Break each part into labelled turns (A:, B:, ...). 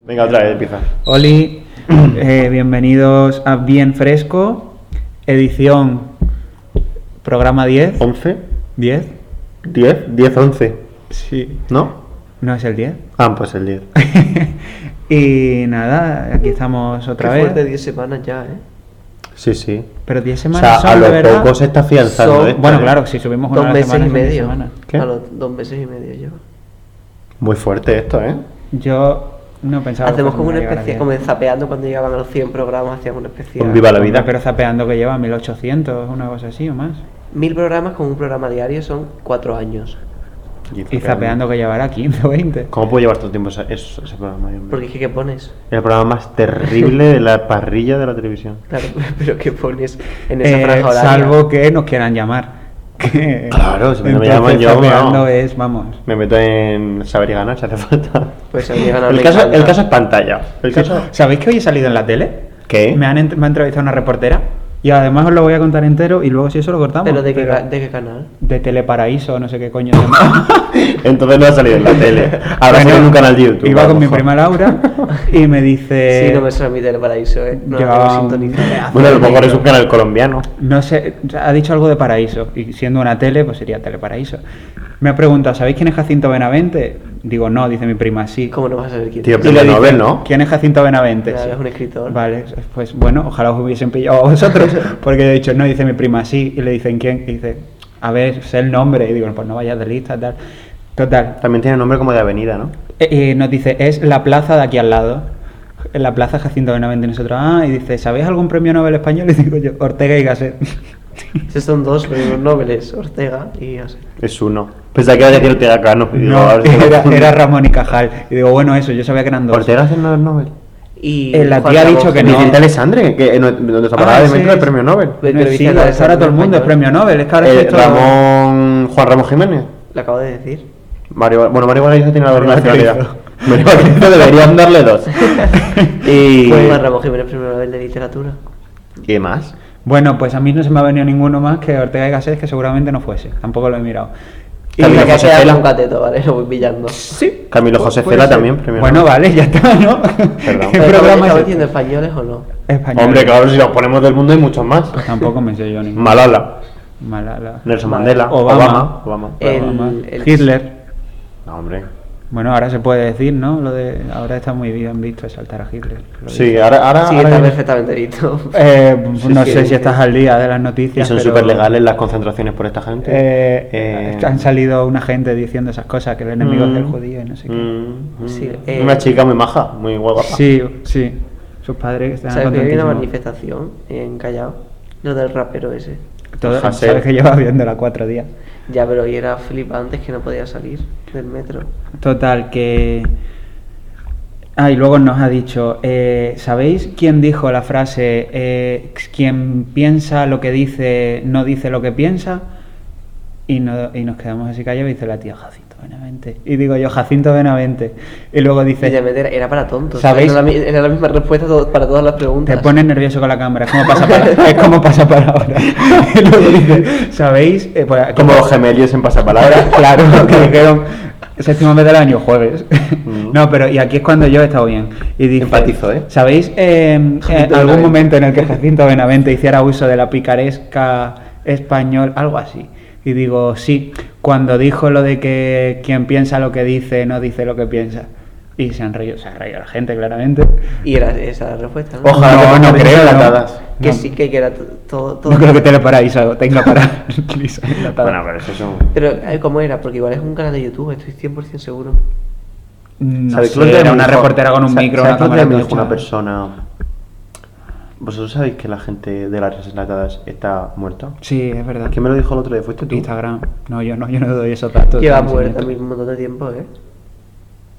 A: Venga, otra vez, empieza.
B: Oli, eh, bienvenidos a Bien Fresco, edición programa 10.
A: 11,
B: ¿10?
A: 10, 10, 11.
B: Sí.
A: ¿No?
B: ¿No es el 10?
A: Ah, pues el 10.
B: y nada, aquí estamos otra
C: Qué
B: vez.
C: fuerte 10 semanas ya, ¿eh?
A: Sí, sí.
B: Pero 10
A: O
B: semanas
A: sea, a
B: son de
A: lo
B: verdad.
A: poco se está afianzando.
C: Son-
A: esto,
B: Bueno,
A: ¿eh?
B: claro, si subimos una
C: Dos
B: a la
C: meses
B: semana,
C: y
B: son diez
C: medio.
B: semanas.
A: ¿Qué?
C: A los dos meses y medio lleva.
A: Muy fuerte esto, ¿eh?
B: Yo no pensaba. que
C: Hacemos como una
B: fuésemos a llegar a
C: especie,
B: 10.
C: como en zapeando cuando llegaban a los 100 programas, hacíamos una especie.
A: Un viva la vida.
B: Pero zapeando que lleva 1800, una cosa así o más.
C: Mil programas con un programa diario son 4 años.
B: Y zapeando que llevará 15 o 20.
A: ¿Cómo puedo llevar tanto tiempo esa- eso- ese programa? Dios mío?
C: Porque es que, ¿qué pones?
A: El programa más terrible de la parrilla de la televisión.
C: Claro, pero ¿qué pones en esa
B: Eh,
C: franja horaria?
B: salvo que nos quieran llamar. Que-
A: Claro, si me
B: entonces,
A: llaman, yo,
B: zapeando
A: vamos.
B: es, vamos.
A: Me meto en saber y ganar si hace falta.
C: Pues habría ganado
A: el,
C: la
A: caso,
C: encuesta.
A: el caso es pantalla. El ¿Eh? caso...
B: ¿Sabéis que hoy he salido en la tele?
A: ¿Qué?
B: Me, han ent- me ha entrevistado una reportera. Y además os lo voy a contar entero y luego si eso lo cortamos.
C: ¿Pero de qué,
B: Pero-
C: ca- de qué canal?
B: de Teleparaíso, no sé qué coño. se llama.
A: Entonces no ha salido en la tele. Ahora
B: Bueno,
A: sale en un canal de YouTube. a
B: Iba
A: lo
B: con mi
A: mejor.
B: prima Laura y me dice...
C: sí, no me suena a mí del paraíso, ¿eh? No
B: yo-
C: lo tengo sintonizado.
A: Bueno, a lo mejor es un canal colombiano.
B: No sé, ha dicho algo de paraíso y siendo una tele, pues sería Teleparaíso. Me ha preguntado, ¿sabéis quién es Jacinto Benavente? Digo, no, dice mi prima, sí.
C: ¿Cómo no vas a saber quién
A: Tío,
C: es?
B: Y
A: premio
B: le dice,
A: Nobel, ¿no?
B: ¿Quién es Jacinto Benavente?
C: Claro,
B: Sí.
C: es un escritor.
B: Vale, pues bueno, ojalá os hubiesen pillado a vosotros, porque yo he dicho, no, dice mi prima, sí, y le dicen quién, y dice, a ver, sé el nombre, y digo, pues no vayas de lista, tal. Total,
A: También tiene nombre como de avenida, ¿no?
B: eh, eh, nos dice, es la plaza de aquí al lado. En la plaza Jacinto Benavente y nosotros, ah, y dice, ¿sabéis algún premio Nobel español? Y digo yo, Ortega y Gasset.
C: Esos son dos premios Nobeles, Ortega y así.
A: Es uno. Pensaba que iba a decir Ortega Cano. Y digo, a
B: No,
A: ver si me
B: era,
A: confundo.
B: era Ramón y Cajal. Y digo, bueno, eso, yo sabía que eran dos.
A: Ortega hace el Nobel.
C: Y
B: Eh, la
C: Juan
B: tía ha dicho
C: Ramos.
B: que no.
A: Vicente Alessandre, que en, donde está
B: Ah,
A: parada de
B: sí,
A: metro el
B: sí.
A: premio Nobel.
C: Ve-
B: No,
C: pero
B: sí,
C: Vicente
B: ahora
C: Alessandro
B: todo el mundo es
C: español.
B: premio Nobel. Es que ahora
A: Eh,
B: sí todo-
A: Ramón. Juan Ramos Jiménez.
C: Lo acabo de decir.
A: Mario, bueno, Mario Vargas ya tiene la doble
B: Mario
A: nacionalidad.
B: Vaquerizo.
A: Mario Vaquerizo deberían darle dos. y.
C: Fue Juan Ramos Jiménez, premio Nobel de literatura.
A: ¿Qué más?
B: Bueno, pues a mí no se me ha venido ninguno más que Ortega y Gasset, que seguramente no fuese. Tampoco lo he mirado. Y
A: Camilo
C: la que ha
A: José
C: quedado
A: Cela.
C: un cateto, ¿vale? Lo voy pillando.
B: Sí.
A: Camilo José
B: puede
A: Cela
B: ser.
A: también, premio
B: Bueno,
A: Nobel.
B: vale, ya está,
A: Perdón.
B: ¿no? ¿Qué
C: Pero
B: programa
C: ¿Estamos
B: es
C: diciendo
B: este?
C: españoles o no?
B: Español.
A: Hombre, claro, si los ponemos del mundo hay muchos más.
B: Pues tampoco me sé yo ninguno.
A: Malala,
B: Malala.
A: Nelson Mandela,
B: Obama.
A: Obama. Obama. Eh,
C: El-
B: Obama.
C: el-
B: Hitler.
A: No, hombre.
B: Bueno, ahora se puede decir, ¿no? Lo de ahora está muy bien visto saltar a Hitler. Lo
A: Sí,
B: dice.
A: ahora. ahora,
C: sí,
A: ahora
C: está
A: viene-
C: perfectamente visto.
B: Ah, Eh,
A: Sí,
B: no
A: sí,
B: sé
A: sí.
B: si estás al día de las noticias.
A: Y son
B: pero-
A: súper legales las concentraciones por esta gente.
B: Eh,
A: Eh,
B: Han salido una gente diciendo esas cosas, que el enemigo es el judío y no sé qué.
A: Mm, mm.
C: Sí, eh,
A: Una chica muy maja, muy guapa.
B: Sí, sí. Sus padres están
C: ¿Sabes que hay una
B: contentísimos.
C: manifestación en Callao? Lo del rapero ese.
B: Todo-
A: Hassel.
B: Sabes que llevas viéndola cuatro días.
C: Ya, pero hoy era flipante que no podía salir del metro.
B: Total, que... Ah, y luego nos ha dicho, eh, ¿sabéis quién dijo la frase, eh, quien piensa lo que dice, no dice lo que piensa? Y, no- y nos quedamos así callados y dice la tía Jacinto Benavente. Y digo yo, Jacinto Benavente. Y luego dice...
C: Y de meter- era para tontos.
B: ¿Sabéis?
C: Era la, mi- era la misma respuesta to- para todas las preguntas.
B: Te pones nervioso con la cámara, es como pasa para, es como pasa para ahora. Y luego dice, ¿sabéis? Eh, pues,
A: Como los gemellos en pasapalabra.
B: claro, que dijeron séptimo mes del año, jueves.
A: Mm.
B: No, pero y aquí es cuando yo he estado bien. Y dice,
A: Empatizo, ¿eh?
B: ¿Sabéis eh, eh,
C: Jacinto
B: algún
C: Benavente.
B: momento en el que Jacinto Benavente hiciera uso de la picaresca español, algo así? Y digo, sí, cuando dijo lo de que quien piensa lo que dice no dice lo que piensa. Y se han reído, se ha reído la gente, claramente.
C: Y era esa la respuesta. ¿no?
A: Ojalá
B: No,
A: que
B: no
A: no
B: creo,
A: creo
B: no.
A: latadas.
C: Que
B: no.
C: sí, que, que era t- todo. todo
B: No creo que Teleparaíso tenga para Lisa enlatada.
A: Bueno, pero eso es un.
C: Pero, eh, ¿cómo era? Porque igual es un canal de YouTube, estoy 100% seguro.
B: No
A: ¿Sabéis
B: sé,
A: que los de
B: Mm, era
A: mi
B: una
A: hijo-
B: reportera con un
A: sa-
B: micro,
A: ¿sabéis
B: una
A: que los
B: cámara
A: de mi hijo,
B: tocha.
A: una persona. ¿Vosotros sabéis que la gente de las redes enlatadas está muerta?
B: Sí, es verdad.
A: ¿Quién me lo dijo el otro día? ¿Fuiste tú?
B: Instagram. No, yo no, yo no doy esos datos.
C: Lleva
B: no sé,
C: muerta
B: no.
C: también un montón de tiempo, ¿eh?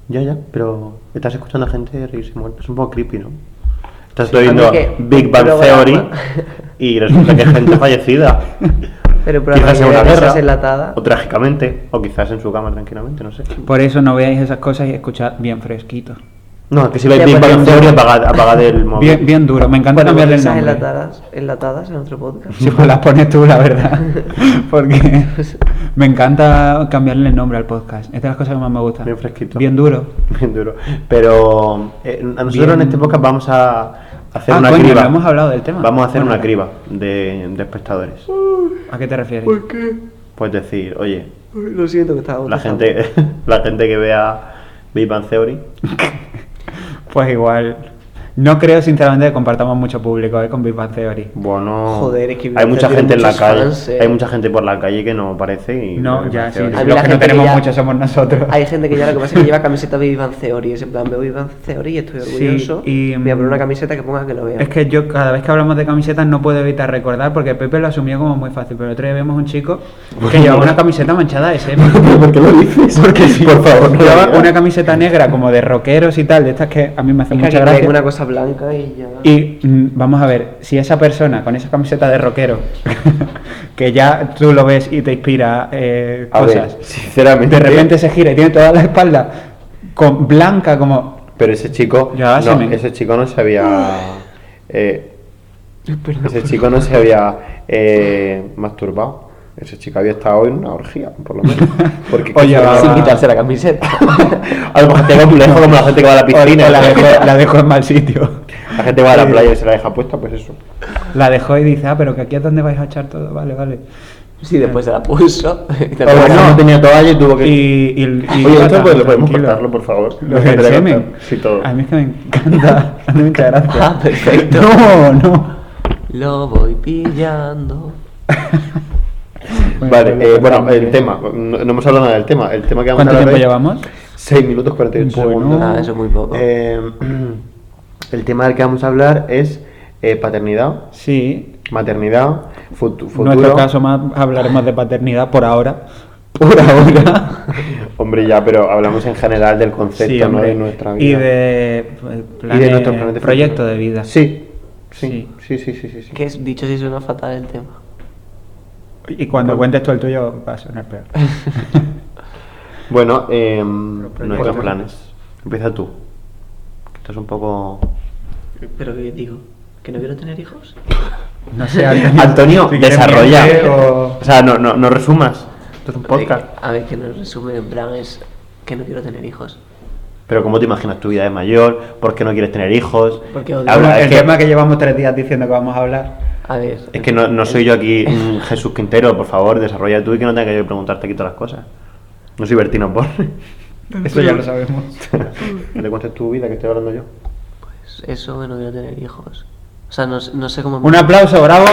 A: Ya, ya, pero estás escuchando a gente reírse muerta. Es un poco creepy, ¿no? Estás
C: a mí
A: viendo
C: que-
A: Big Bang
C: programa-
A: Theory y resulta que hay gente fallecida.
C: Pero
A: Quizás en una guerra,
C: enlatada.
A: o trágicamente, o quizás en su cama tranquilamente, no sé.
B: Por eso no veáis esas cosas y escuchad bien fresquito.
A: No, que si veis
C: Ya,
A: Big
C: pues,
A: Bang
C: bien
A: Theory, apagad, apagad el móvil.
B: Bien, bien duro. Me encanta
C: Bueno,
B: cambiarle el
C: esas
B: nombre. pues
C: enlatadas, enlatadas en otro podcast.
B: Si me las pones tú, la verdad. Porque Me encanta cambiarle el nombre al podcast. Es de las cosas que más me gusta.
A: Bien fresquito.
B: Bien duro.
A: Bien duro. Pero eh, a nosotros
B: Bien.
A: en este podcast vamos a hacer
B: Ah,
A: una
B: coño,
A: criba.
B: no hemos hablado del tema.
A: Vamos a hacer
B: Bueno.
A: una criba de, de espectadores.
B: ¿A qué te refieres?
C: ¿Por qué?
A: Pues decir, oye,
C: Ay, Lo siento que estaba
A: la gente, la gente que vea Big Bang Theory,
B: Pues igual. No creo, sinceramente, que compartamos mucho público eh, con Big Bang Theory.
A: bueno,
C: Joder, es que Big
A: hay
C: Bang
A: mucha
C: Theory
A: gente en la
C: muchos
A: calle,
C: fans, eh.
A: hay mucha gente por la calle que no aparece y
B: No,
A: Big
B: ya,
A: Bang
B: sí,
A: Theory.
B: sí,
C: Hay
B: Los
C: la
B: que no
C: gente que
B: tenemos
C: ya-
B: muchos somos nosotros.
C: Hay gente que ya lo que pasa es que lleva camiseta de Big Bang Theory. Es en plan, veo Big Bang Theory y estoy
B: Sí,
C: orgulloso.
B: y,
C: Voy a poner
B: mm,
C: una camiseta que ponga que lo vea.
B: Es que yo cada vez que hablamos de camisetas no puedo evitar recordar porque Pepe lo asumió como muy fácil, pero el otro día vimos un chico que llevaba una camiseta manchada de semen.
A: ¿Por qué lo dices? Porque sí, por favor, no lo
B: llevaba
A: digas.
B: una camiseta negra como de rockeros y tal, de estas que a mí me
C: Es que
B: hacen
C: aquí
B: mucha
C: traigo
B: gracia.
C: una cosa blanca y ya.
B: Y mm, vamos a ver, si esa persona con esa camiseta de rockero, que ya tú lo ves y te inspira eh,
A: A ver,
B: cosas,
A: sinceramente.
B: de repente se gira y tiene toda la espalda con blanca como...
A: Pero ese chico,
B: Ya,
A: no,
B: semen.
A: ese chico no se había, eh, ese chico no se había eh, masturbado. Ese chico había estado en una orgía, por lo menos. Porque
B: O llevaba-
C: Sin quitarse la camiseta.
A: a lo mejor tenía un lejos como la gente que va a la piscina.
B: la, dejó, la dejó en mal sitio. Eh,
A: La gente va a la playa y se la deja puesta, pues eso.
B: La dejó y dice, ah, pero que aquí es donde vais a echar todo, vale, vale.
C: Sí, después se la puso. Y
A: O bueno, no tenía toalla y tuvo que.
B: Y, y, y-
A: Oye, esto
B: nada,
A: pues, lo podemos
B: tranquilo.
A: cortarlo, por favor.
B: Lo del
A: Tendría que
B: semen.
A: cortar. Sí, todo.
B: A mí es que me encanta. Hace mucha gracia.
C: Ah, perfecto.
B: No, no.
C: Lo voy pillando.
A: Vale,
B: pues,
A: eh, bueno,
B: muy
A: el
B: bien.
A: tema. No, no hemos hablado nada del tema. El tema que vamos a
B: ¿Cuánto
A: hablar
B: tiempo
A: hoy-
B: llevamos?
A: 6 minutos 48
B: Bueno.
A: segundos.
B: Ah,
C: eso es muy poco.
A: Eh, el tema del que vamos a hablar es eh, paternidad,
B: Sí.
A: maternidad, futu-
B: En
A: futuro.
B: nuestro caso más hablaremos de paternidad por ahora. Por ahora.
A: Hombre, ya, pero hablamos en general del concepto,
B: Sí,
A: ¿no?
B: hombre.
A: De nuestra vida.
B: Y de, pues,
A: Y de
B: planes-
A: nuestro plan de
B: proyecto
A: futuro.
B: de vida.
A: Sí. Sí, sí, sí, sí, sí. sí.
C: Que es, dicho si suena fatal el tema.
B: Y cuando cuentes tú el tuyo va a sonar peor.
A: Bueno, eh, nuestros
B: proyectos.
A: planes. Empieza tú. Estás un poco...
C: Pero que digo, que no quiero tener hijos.
B: No sé,
A: Antonio,
B: si quieres
A: desarrolla.
B: miente o-
A: O sea, no, no, no resumas. Esto es un podcast.
C: Eh, A ver, que nos resumen en plan es que no quiero tener hijos.
A: Pero ¿cómo te imaginas tu vida de mayor? ¿Por qué no quieres tener hijos?
C: Porque odio-
A: Habla-
B: el
A: es que-
B: tema que llevamos tres días diciendo que vamos a hablar.
C: A ver.
A: Es que no, no soy yo aquí mm, Jesús Quintero, por favor, desarrolla tú y que no tenga que yo preguntarte aquí todas las cosas. No soy Bertino por.
B: Eso ya lo sabemos.
A: no te cuentes tu vida que estoy hablando yo.
C: Pues Eso que no quiero tener hijos. O sea, no, no sé cómo.
B: Un aplauso, bravo.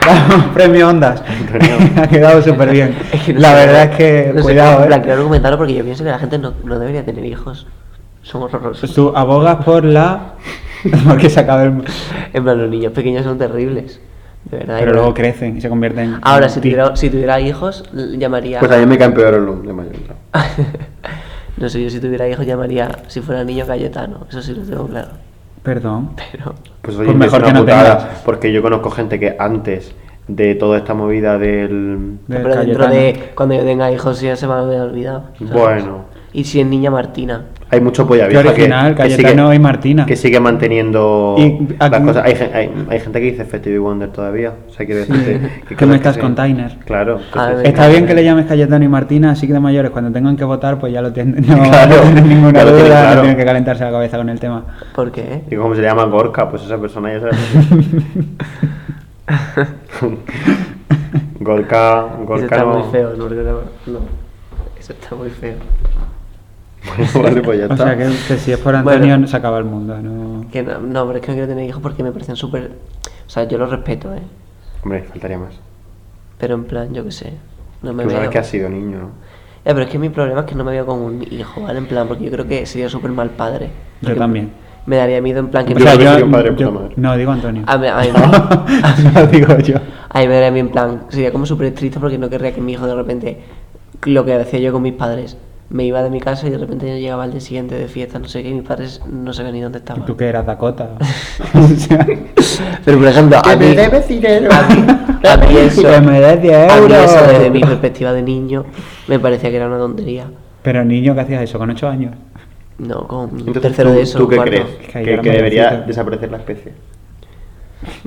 B: bravo, premio Ondas.
A: Antonio.
B: ha quedado súper bien.
C: Es que no
B: la
C: sé-
B: verdad es que,
C: no sé
B: cuidado,
C: cómo- en plan,
B: eh.
C: quiero argumentarlo porque yo pienso que la gente no, no debería tener hijos. Son horrorosos.
B: Pues Tú abogas por la. Porque se acaba el.
C: En plan, los niños pequeños son terribles. De verdad.
B: Pero
C: y-
B: luego crecen y se convierten. en-
C: Ahora,
B: en
C: si
B: ti.
C: tuviera, si tuviera hijos, l- llamaría.
A: Pues a mí me caen peor el de mayor.
C: no sé, yo si tuviera hijos, llamaría. Si fuera niño, Cayetano. Eso sí lo tengo claro.
B: Perdón.
C: Pero.
A: Pues
B: Pues
A: me
B: mejor
A: es una
B: que no
A: putada,
B: tengas.
A: Porque yo conozco gente que antes de toda esta movida del.
B: Del
C: pero dentro
B: Cayetano.
C: de cuando yo tenga hijos ya se me había olvidado. ¿sabes?
A: Bueno.
C: Y si es niña Martina.
A: Hay mucho polla
B: Qué
A: vieja que-
B: original,
A: que,
B: Cayetano
A: sigue,
B: y Martina.
A: que sigue manteniendo
B: Y
A: las
B: aquí-
A: cosas. Hay, gen- hay- hay gente que dice Festival Wonder todavía. O sea, quiero
B: Sí,
A: decirte
B: que
A: cosas
B: no estás
A: sí.
B: container.
A: Claro. que
C: A
A: sí,
C: ver.
A: sí.
B: Está bien que le llames Cayetano y Martina, así que de mayores, cuando tengan que votar, pues ya lo tienen. No,
A: Claro,
B: no tienen ninguna
A: ya lo
B: duda,
A: tienen claro.
B: no tienen que calentarse la cabeza con el tema.
C: ¿Por qué?
A: ¿Y cómo se le llama Gorka? Pues esa persona ya sabe. Gorka,
C: Eso
A: Gorka
C: está
A: no.
C: muy feo, no, Porque no- no. Eso está muy feo.
A: Bueno, vale, pues ya
B: O
A: está.
B: sea que, que si es por Antonio,
C: Bueno.
B: se acaba el mundo. No...
C: Que no, no, pero es que no quiero tener hijos porque me parecen súper. O sea, yo los respeto, ¿eh?
A: Hombre, faltaría más.
C: Pero en plan, yo qué sé. No me
A: Tú sabes
C: veo.
A: que has sido niño, ¿no?
C: Ya, pero es que mi problema es que no me veo con un hijo, ¿vale? En plan, porque yo creo que sería súper mal padre. Porque
B: también.
C: Me daría miedo en plan que...
A: Yo creo que sería un padre de
B: yo-
A: puta madre.
B: No, digo Antonio.
C: A ver, a ver.
B: no digo yo.
C: Ay, me daría miedo en plan... Sería como súper estricto porque no querría que mi hijo de repente... Lo que hacía yo con mis padres. Me iba de mi casa y de repente yo llegaba al día siguiente de fiesta, no sé qué, y mis padres no sabían ni dónde estaban.
B: ¿Tú que eras Dakota? O sea,
C: Pero por ejemplo, a mí...
A: dinero.
C: A mí, a mí eso...
B: Que me des 10
C: a mí
B: euros.
C: eso desde mi perspectiva de niño me parecía que era una tontería.
B: Pero niño, ¿qué hacías eso con 8 años?
C: No, con
A: Entonces,
C: tercero
A: ¿tú,
C: de eso.
A: ¿tú qué
C: cuarto.
A: crees?
B: Es que
A: Que,
B: ahí era
A: que debería
B: mayorcito.
A: desaparecer la especie.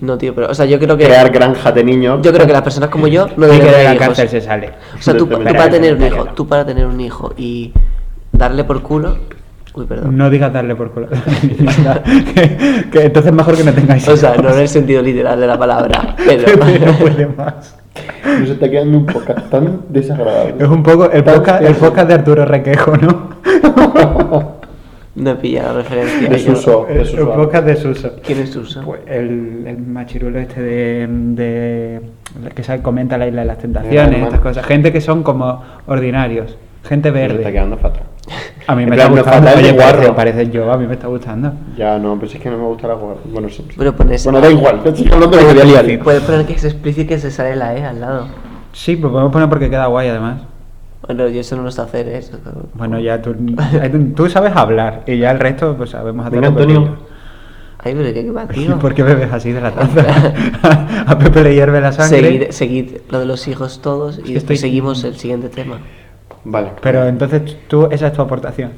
C: No, tío, pero, o sea, yo creo que.
A: Crear granjas de niños.
C: Yo creo que las personas como yo no
B: Y que
C: deberían
B: de
C: tener
B: la
C: hijos.
B: cárcel se sale.
C: O sea, tú, tú
A: Espera,
C: para
A: espera,
C: tener un
A: espera.
C: hijo, tú para tener un hijo y darle por culo. Uy, perdón.
B: No digas darle por culo. que, que entonces mejor que no tengáis
C: O sea,
B: hijos.
C: no en el sentido literal de la palabra, pero.
B: Pero huele más.
A: Nos está quedando un podcast tan desagradable.
B: Es un poco el
A: Tan
B: podcast, el
A: feo.
B: podcast de Arturo Requejo, ¿no?
C: no he pillado la referencia.
A: De
C: yo-
A: Suso.
B: El, el podcast de Suso.
C: ¿Quién es Suso?
B: Pues el, el machirulo este de, de- que sale, comenta la isla de las tentaciones,
A: hermano.
B: estas cosas. Gente que son como ordinarios, gente
A: Nos está
B: verde.
A: quedando fatal.
B: A mí
A: en
B: me
A: plan,
B: está
A: nos
B: gustando.
A: falta el
B: Oye,
A: de
B: parece,
A: guarro.
B: parece yo, a mí me está gustando.
A: Ya, no, pero es que no me gusta la guarda. Bueno, sí.
C: Pero pones-
A: Bueno, da igual. Estoy hablando de lo que voy a liar.
C: Puedes poner que se explique que se sale la E al lado.
B: Sí, pues podemos poner porque queda guay además.
C: Bueno, yo eso no lo sé hacer, ¿eh? eso.
B: Bueno, ya tú, tú sabes hablar y ya el resto pues sabemos hacer
A: Mira,
B: lo que
A: Antonio.
C: Ay, pero qué
B: ¿Y
C: batido.
B: por qué bebes así de la taza? a Pepe le hierve la sangre.
C: Seguid, seguid lo de los hijos todos y
B: que
C: después
B: estoy-
C: seguimos el siguiente tema.
A: Vale.
B: Pero entonces tú, esa es tu aportación.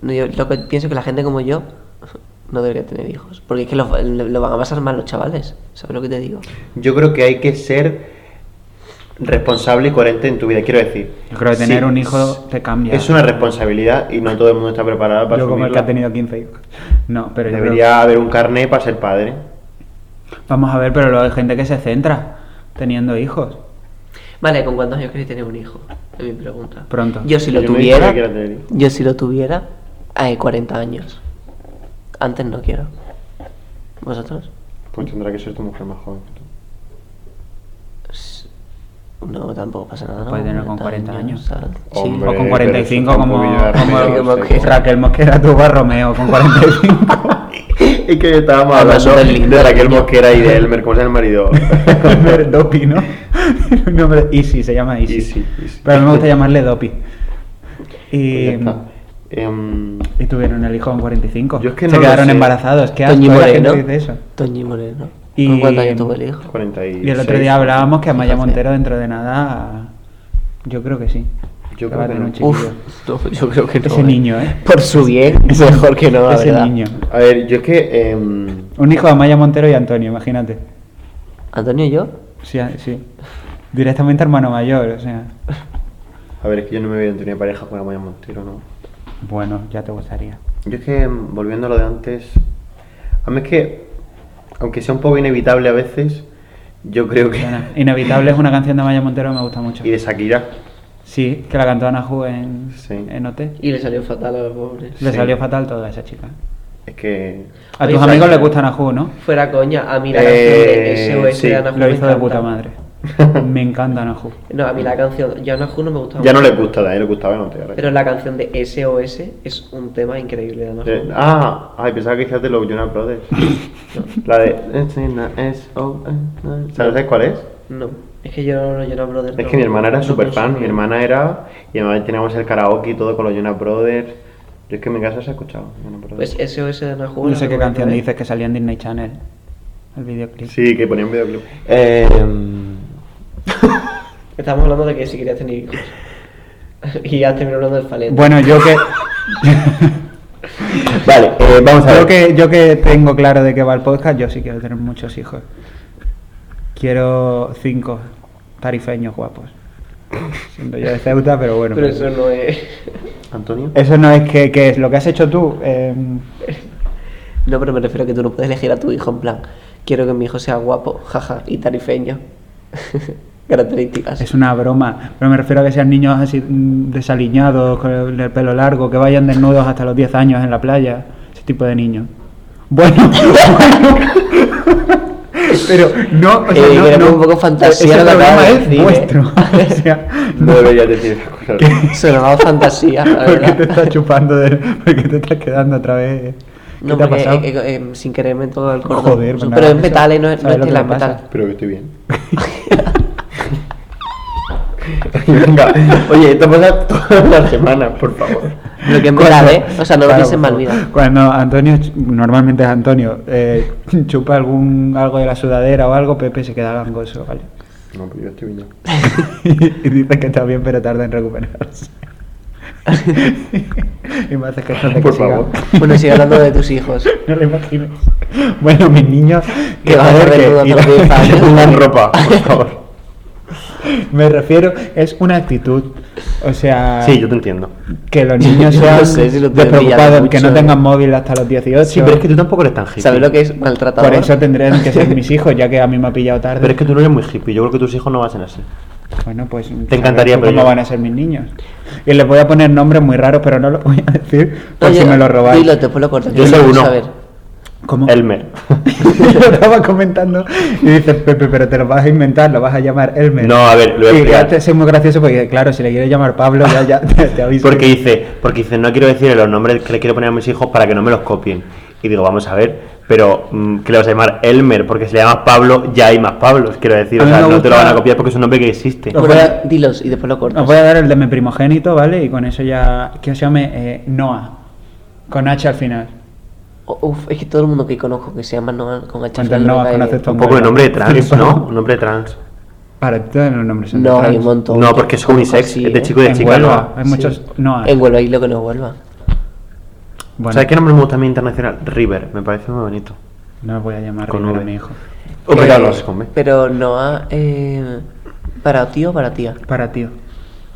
C: No, yo lo que pienso que la gente como yo no debería tener hijos. Porque es que lo, lo van a pasar mal los chavales. ¿Sabes lo que te digo?
A: Yo creo que hay que ser responsable y coherente en tu vida. Quiero decir,
B: Yo creo que
A: sí,
B: tener un hijo te cambia.
A: es una responsabilidad y no todo el mundo está preparado para
B: Yo como el que
A: asumirla.
B: ha tenido 15 hijos. No, pero yo creo-
A: Debería haber un carné para ser padre.
B: Vamos a ver, pero luego hay gente que se centra teniendo hijos. Pues
C: Vale, ¿con cuántos años queréis tener un hijo? Es mi pregunta.
B: Pronto.
C: Yo si lo
A: Yo me he dicho
C: tuviera...
A: que quiero tener hijos.
C: Yo si lo tuviera... Hay 40 años. Antes no quiero. ¿Vosotros?
A: Pues tendrá que ser tu mujer más joven. que tú.
C: No, tampoco pasa nada. ¿no?
B: Puede tener con 40 años.
C: ¿sabes?
A: Hombre,
B: o con
A: pero eso
B: 45
A: está un
B: como,
A: poquillo arriba,
B: como
A: no sé.
B: Raquel Mosquera tuvo a Romeo con 45.
A: Es que estábamos
C: Habla
A: hablando
C: súper lindo,
A: de Raquel
C: niño.
A: Mosquera y de Elmer, ¿cómo se llama el marido?
B: Elmer Dopi, ¿no? Un nombre Easy, se llama Easy.
A: Easy, Easy.
B: Pero a mí me gusta llamarle Dopi.
A: Pues ya
B: Y,
A: está. Em,
B: y tuvieron el hijo con 45.
A: Yo es que
B: se
A: no lo
B: quedaron
A: sé.
B: embarazados. ¿Qué asco
C: Toñi
B: la gente
C: Moreno.
B: que dice eso?
C: Toñi Moreno.
B: Y-
C: ¿Con cuántos años tuvo el hijo?
A: 46.
B: Y el otro día hablábamos que Amaya
C: Fíjate.
B: Montero dentro de nada. Yo creo que sí.
A: Yo
B: Que
A: creo
B: va a
A: que
B: tener
A: no.
B: un chiquillo.
C: Uf, no, yo creo que no.
B: Ese niño, ¿eh?
C: Por su bien, mejor que no, la
B: Ese
C: verdad.
B: niño.
A: A ver, yo es que... em,
B: Un hijo de Amaya Montero y Antonio, imagínate.
C: ¿Antonio y yo?
B: Sí, a- sí. Directamente hermano mayor, o sea.
A: a ver, es que yo no me veo en tener pareja con Amaya Montero, ¿no?
B: Bueno, ya te gustaría.
A: Yo es que, mm, volviendo a lo de antes, a mí es que, aunque sea un poco inevitable a veces, yo creo que...
B: Bueno, Inevitable es una canción de Amaya Montero que me gusta mucho.
A: y de Shakira.
B: Sí, que la cantó Ana Ju en,
A: Sí.
B: en OT.
C: Y le salió fatal a los pobres.
B: Le
A: Sí.
B: salió fatal toda esa chica.
A: Es que...
B: A
C: Oye,
B: tus
C: Shakira.
B: amigos les gusta Ana Ju, ¿no?
C: Fuera coña, a mí la
A: Eh,
C: canción de SOS
A: sí,
C: de Ana Ju
B: Lo
C: me
B: hizo de
C: encanta.
B: puta madre. Me encanta Ana Ju.
C: No, a mí la canción, yo a Ana Ju no me gusta
A: Ya
C: mucho,
A: no le gusta, a ¿eh? él le gustaba no te voy a reír.
C: Pero la canción de SOS es un tema increíble de Ana Ju.
A: Eh, ah, ay, pensaba que decías de los Jonas Brothers. La de... "It's in the S.O.S.. ¿Sabes cuál es?
C: No, es que yo no, yo no hablo de
A: Es que mi hermana era
C: no
A: súper fan,
C: consumo.
A: mi hermana era... Y además teníamos el karaoke y todo con los Jonas Brothers. Yo es que en mi casa se ha escuchado. Jonas
C: Pues
A: Brothers.
C: SOS de Ana Ju.
B: No
C: la
B: sé qué
C: recuerdo
B: canción
C: de-
B: dices que salía en Disney Channel. El videoclip.
A: Sí, que ponían videoclip. Eh...
C: Estamos hablando de que si querías tener hijos. y ya terminó hablando del falete.
B: Bueno, yo que.
A: Vale, eh, vamos a ver.
B: yo que yo que tengo claro de qué va el podcast, yo sí quiero tener muchos hijos. Quiero cinco tarifeños guapos. Siendo yo de Ceuta, pero bueno.
C: pero eso no es.
A: Antonio.
B: Eso no es que, que es lo que has hecho tú. eh,
C: No, pero me refiero a que tú no puedes elegir a tu hijo en plan. Quiero que mi hijo sea guapo, jaja, y tarifeño. Características.
B: es una broma. Pero me refiero a que sean niños así mm, desaliñados, con el, el pelo largo, que vayan desnudos hasta los 10 años en la playa. Ese tipo de niños. Bueno, bueno. Pero no, o sea,
C: Eh,
B: no,
C: era
B: no.
C: un poco fantasía
B: Ese
C: lo que
B: programa
C: acabas de
B: es
C: decir, ¿eh?
B: vuestro. O sea,
A: No deberías decir esas cosas.
C: Se lo va fantasía, la
B: porque te
C: verdad.
B: estás chupando de, porque te estás quedando otra vez. ¿Qué
C: No,
B: te ha
C: porque
B: pasado?
C: eh, eh, eh, sin querer me he tocado el cordón.
B: Joder, pues
C: pero
B: nada,
C: es metal,
B: eso-
C: eh, no, es- no
B: ¿sabes
C: es
B: lo que
C: tela, es
B: le pasa?
C: metal.
A: Pero que estoy bien. Venga, oye, esto pasa todas las semanas, por favor.
C: Lo que es metal, ¿eh? O sea, no lo
B: Claro,
C: pienses mal,
B: por favor.
C: vida.
B: Cuando Antonio, ch- normalmente es Antonio, eh, chupa algún algo de la sudadera o algo, Pepe se queda gangoso, ¿vale?
A: No, pero yo estoy bien.
B: y dice que está bien, pero tarda en recuperarse. y me hace que no te
A: Por favor.
C: Bueno, sigue hablando de tus hijos.
B: No lo imagines. bueno, mis niños, que
C: Que
B: a
C: van
B: ver
C: desnudos
B: que,
C: también,
A: Que
C: Fabio.
A: pongan ropa, por favor.
B: me refiero, es una actitud, o sea,
A: Sí, yo te entiendo.
B: que los niños
C: Yo no
B: sean
C: sé si lo estoy
B: despreocupados,
C: pillando
B: que no
C: mucho,
B: tengan
C: eh.
B: móvil hasta los 18.
A: Sí, pero es que tú tampoco eres tan hippie.
C: ¿Sabes lo que es maltratador?
B: Por eso tendrían que ser mis hijos, ya que a mí me ha pillado tarde.
A: Pero es que tú no eres muy hippie. Yo creo que tus hijos no van a ser así.
B: Bueno, pues
A: Te encantaría, pero
B: saber tú cómo
A: yo-
B: van a ser mis niños. Y les voy a poner nombres muy raros, pero no los voy a decir por
C: Oye,
B: si me lo robáis.
C: Dilo, después lo cortas.
A: Yo
C: que
A: sé
C: lo quiero
A: uno.
C: saber.
B: ¿Cómo?
A: Elmer.
B: lo estaba comentando y dices, Pepe, pero te lo vas a inventar, lo vas a llamar Elmer.
A: No, a ver, lo voy a
B: Y
A: explicar.
B: antes es muy gracioso porque, claro, si le quieres llamar Pablo, ya, ya te, te aviso.
A: Porque dice, porque dice, no quiero decir los nombres que le quiero poner a mis hijos para que no me los copien. Y digo, vamos a ver, pero mm, que le vas a llamar Elmer, porque si le llamas Pablo, ya hay más Pablos, quiero decir.
B: A
A: O
B: mí
A: sea,
B: me
A: no te lo
B: gusta-
A: van a copiar porque es un nombre que existe.
B: Os
C: Bueno,
B: voy a-
C: dilos y después lo cortas.
B: Os voy a dar el de mi primogénito, ¿vale? Y con eso ya. que se llame eh, Noah. Con H al final.
C: Uf, es que todo el mundo que conozco que se llama Noah con H.
B: ¿Cuántas
C: final,
B: Noahs
C: me cae
B: conoces
C: bien.
B: tú?
A: Un poco de nombre de trans,
B: este Flipa.
A: ¿no? Un nombre de trans.
B: Para ti todos los nombres son
C: No,
B: trans.
C: hay un montón.
A: No, porque es
C: Conozco
A: unisex,
C: así,
A: es de
C: ¿eh?
A: chico y de
B: En
A: chica,
B: Huelva,
A: ¿no?
B: Hay muchos Noah.
C: En Huelva y lo que no vuelva.
B: Bueno,
A: ¿Sabes qué nombre me gusta a mí internacional? River, me parece muy bonito.
B: no voy a llamar
A: Con
B: River a
A: V.
B: mi hijo.
A: O
C: Eh,
A: pecado no se come.
C: Pero Noah, eh, ¿para tío o para tía?
B: Para tío.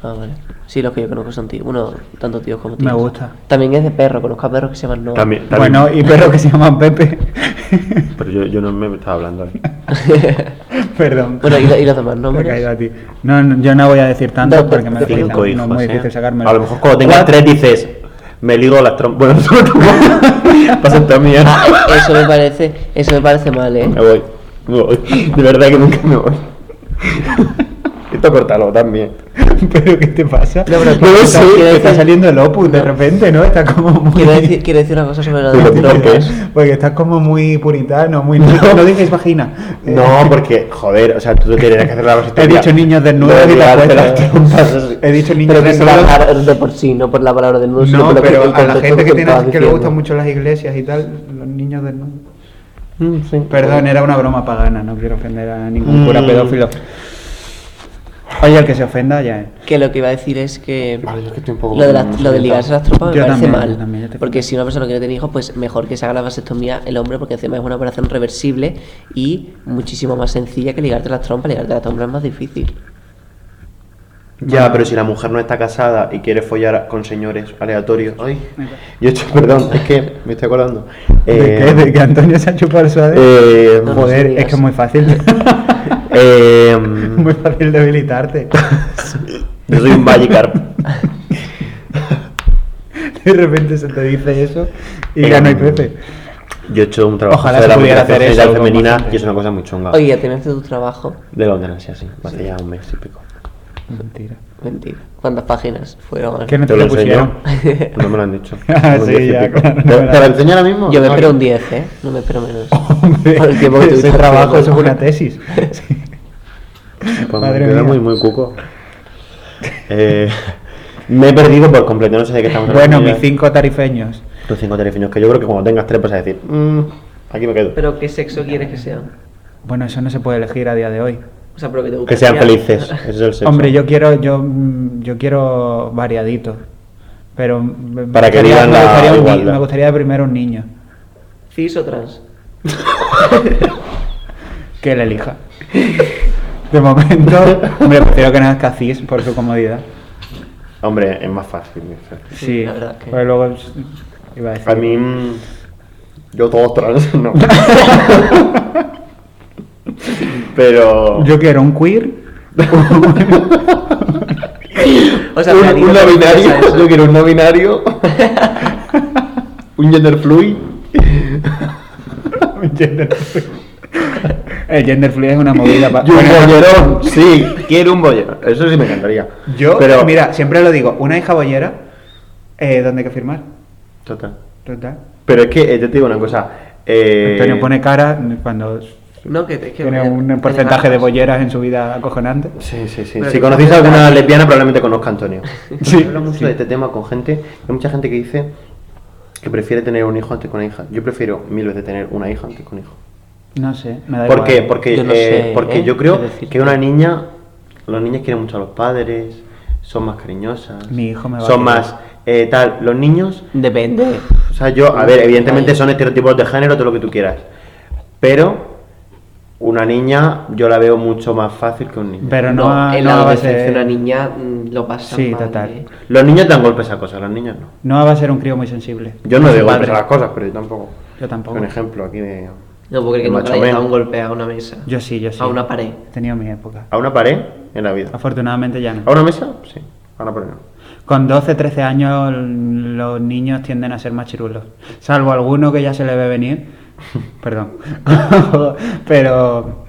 C: Ah, vale. Sí, los que yo conozco son tíos. Uno, tanto tíos como tíos.
B: Me gusta.
C: También es de perro, conozco a perros que se llaman Noah.
A: También, también.
B: Bueno, y perro que se llama Pepe.
A: Pero yo, yo no me estaba hablando. ahí.
B: Perdón.
C: bueno, y, lo- y los demás
B: Me he
C: nombres.
B: caído a ti. No, no, yo no voy a decir tanto
C: Dos,
B: porque me
C: dos,
B: lo
A: Cinco
B: no,
A: hijos.
B: es muy
A: ¿eh?
B: difícil sacármelo.
A: A lo mejor cuando tengas
B: Cuatro-
A: tres dices, me ligo las trompas. Bueno, eso no tengo- Pasa toda mi
C: Ah, eh, eso me parece, eso me parece mal, ¿eh?
A: Me voy. Me voy. De verdad que nunca me voy. Esto cortalo también.
B: ¿Pero qué te pasa?
C: No, pero
B: te,
C: quiero-
B: está,
C: quiero
B: te está
C: decir-
B: saliendo el opus de repente, ¿no? Está como muy...
C: Quiero decir, quiero decir una cosa sobre lo
A: Pero
C: de
A: tú
C: los
A: por qué.
C: nombres.
B: Porque estás como muy puritano, muy... No, dices vagina.
A: No, porque, joder, o sea, tú te tienes que hacer la
B: He
A: vasectomía.
B: dicho niños desnudos
A: Lo de
B: y te
A: ligarte
B: acuestas.
A: las trompas.
B: He dicho niños
C: Pero que se va
B: desnudos.
C: a dejar de por sí, no por la palabra de nudo, sino
B: No,
C: por lo que- el
B: pero a la
C: contexto
B: gente que,
C: tú
B: tiene,
C: estabas
B: que le
C: diciendo.
B: gustan mucho las iglesias y tal, los niños desnudos.
A: Mm, sí.
B: Perdón, era una broma pagana, no quiero ofender a ningún cura
A: Mm.
B: pedófilo. Oye, el que se ofenda ya eh. es.
C: Que lo que iba a decir es que.
A: Ay, yo es que estoy un poco
C: Lo de, las-
A: como-
C: lo de ligarse las tropas me
B: Yo
C: parece
B: también,
C: mal.
B: también, yo te-
C: porque si una persona quiere tener hijos, pues mejor que se haga la vasectomía el hombre, porque encima es una operación reversible y muchísimo más sencilla que ligarte las trompas. Ligarte las trompas es más difícil.
A: Ya, pero si la mujer no está casada y quiere follar con señores aleatorios. Ay, yo he hecho, perdón, es que me estoy acordando.
B: ¿De
A: Eh,
B: qué? Ah. ¿De que Antonio se ha chupado el suave?
A: eh,
C: No, no
B: Joder,
C: sé,
B: es que es muy fácil.
A: eh,
B: muy fácil debilitarte.
A: yo soy un Magikarp.
B: De repente se te dice eso y
A: Eh,
B: ya no hay Pepe.
A: Yo he hecho un trabajo
B: Ojalá
A: de
B: se
A: la
B: pudiera hacer
A: mutilación genital
B: eso con más
A: femenina
B: gente.
A: y es una cosa muy chunga.
C: Oye, ya tenés tu trabajo.
A: De la eutanasia, sí. Hace ya un mes y pico.
B: Mentira.
C: Mentira. ¿Cuántas páginas fueron?
B: ¿Qué no te
A: Te
B: lo
A: lo enseño.
B: pusieron?
A: No me lo han dicho.
B: Ah,
A: Un
B: sí,
A: diez y
B: ya,
A: pico.
B: claro.
A: ¿Te, te lo enseño ahora mismo?
C: Yo me
A: No,
C: espero un 10, ¿eh? No me espero menos.
B: Hombre,
C: Por el tiempo que
B: ese
C: tuviste
B: trabajo,
C: haciendo.
B: eso es una tesis. Sí.
A: Pues
B: Madre
A: me queda
B: mía.
A: muy, muy cuco. Eh, me he perdido por completo, no sé de qué estamos hablando.
B: Bueno,
A: ya.
B: mis cinco tarifeños.
A: Tus cinco teléfonos, que yo creo que cuando tengas tres vas a decir, "Mm, aquí me quedo.
C: ¿Pero qué sexo quieres que sean?
B: Bueno, eso no se puede elegir a día de hoy.
C: O sea, pero que te
A: que sean felices. Ese es el sexo.
B: Hombre, yo quiero, yo, mm, yo quiero variadito. Pero me- me
A: Para que
B: gustaría-
A: vivan la
B: me gustaría, un ni-
A: igualdad.
B: me gustaría primero un niño
C: ¿Cis o trans?
B: que él elija. De momento, hombre, prefiero que nazca cis por su comodidad.
A: Hombre, es más fácil. o sea.
B: Sí,
C: la verdad que-
B: porque luego es- iba a decir.
A: A mí. mm, Yo todos trans, no. Pero.
B: Yo quiero un queer.
C: O sea,
A: un,
C: me animo
A: un no
C: a pensar
A: binario.
C: eso.
A: Yo quiero un no binario. un gender fluid.
B: Un gender fluid. El Eh, gender fluid es una movida para.
A: Y un bollerón. Sí, quiero un bollerón. Eso sí me encantaría.
B: yo, eh,
A: pero.
B: mira, siempre lo digo, una hija bollera, eh, ¿dónde hay que firmar?
A: Total.
B: Total.
A: Pero es que eh, yo te digo una cosa. eh,
B: Antonio pone cara cuando
C: No, que, que
B: Tiene un
C: tener
B: porcentaje de
C: gafas.
B: bolleras en su vida acojonante.
A: Sí, sí, sí.
C: Pero
A: Si
C: que-
A: conocéis a alguna lesbiana, probablemente conozca a Antonio.
B: Sí,
A: Hablo mucho
B: sí.
A: de este tema con gente. Hay mucha gente que dice que prefiere tener un hijo antes que una hija. Yo prefiero mil veces tener una hija antes que un hijo.
B: No sé, me da
A: ¿Por
B: igual.
A: qué? Porque,
C: Yo no
A: eh,
C: sé,
A: porque
C: ¿eh?
A: yo creo
C: Quiero decirte.
A: que una niña, las niñas quieren mucho a los padres, son más cariñosas,
B: Mi hijo me va a
A: son
B: querer.
A: más eh, tal, los niños.
C: Depende.
A: O sea, yo, a ver, evidentemente son estereotipos de género, todo lo que tú quieras. Pero una niña yo la veo mucho más fácil que un niño.
B: Pero no,
C: No,
B: a-
C: en
B: no
C: la
B: va a
C: adolescencia una
B: ser,
C: niña mm, lo pasa
B: Sí,
C: mal,
B: total.
C: ¿eh?
A: Los niños dan golpes a cosas, los niños no.
B: no va a ser un crío muy sensible.
A: Yo no
B: Su
A: doy golpes
B: padre.
A: a las cosas, pero yo tampoco.
B: Yo tampoco.
A: Un ejemplo aquí de.
C: No puedo creer
A: de
C: que nunca
A: macho
C: le haya dado
A: men.
C: un golpe a una mesa.
B: Yo sí, yo sí.
C: A una pared.
B: He tenido mi época.
A: ¿A una pared? En la vida.
B: Afortunadamente ya
A: ¿A
B: no.
A: una mesa? Sí. A una pared no.
B: Con 12, 13 años l- los niños tienden a ser más chirulos. Salvo alguno que ya se le ve venir. Perdón. Pero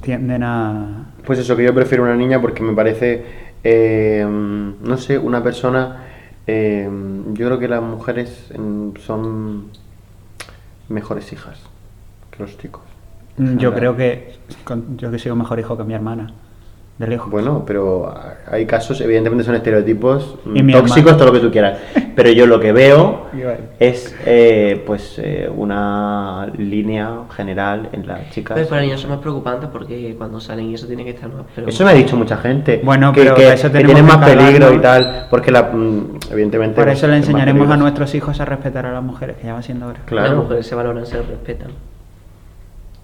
B: tienden a...
A: Pues eso, que yo prefiero una niña porque me parece, eh, no sé, una persona... eh, yo creo que las mujeres mm, son mejores hijas que los chicos.
B: mm, Yo
A: Claro.
B: creo que... con- Yo que soy un mejor hijo que mi hermana. Del hijo.
A: Bueno, pero hay casos, evidentemente son estereotipos mm,
B: Y mi
A: tóxicos,
B: hermano.
A: todo lo que tú quieras. Pero yo lo que veo
B: Y bueno.
A: es eh, pues eh, una línea general en las chicas.
C: Pero Pues para niños son más preocupantes porque cuando salen y eso tiene que estar más. pero-
A: Eso me ha dicho mucha gente.
B: Bueno,
A: que,
B: pero
A: que-
B: para eso
A: que
B: tenemos
A: tienen
B: que
A: más peligro
B: calmarnos.
A: y tal, porque la, mm, evidentemente...
B: Por eso le
A: pues, es más
B: enseñaremos a
A: peligroso.
B: nuestros hijos a respetar a las mujeres, que ya va siendo hora.
A: Claro.
C: Las mujeres se valoran, se respetan.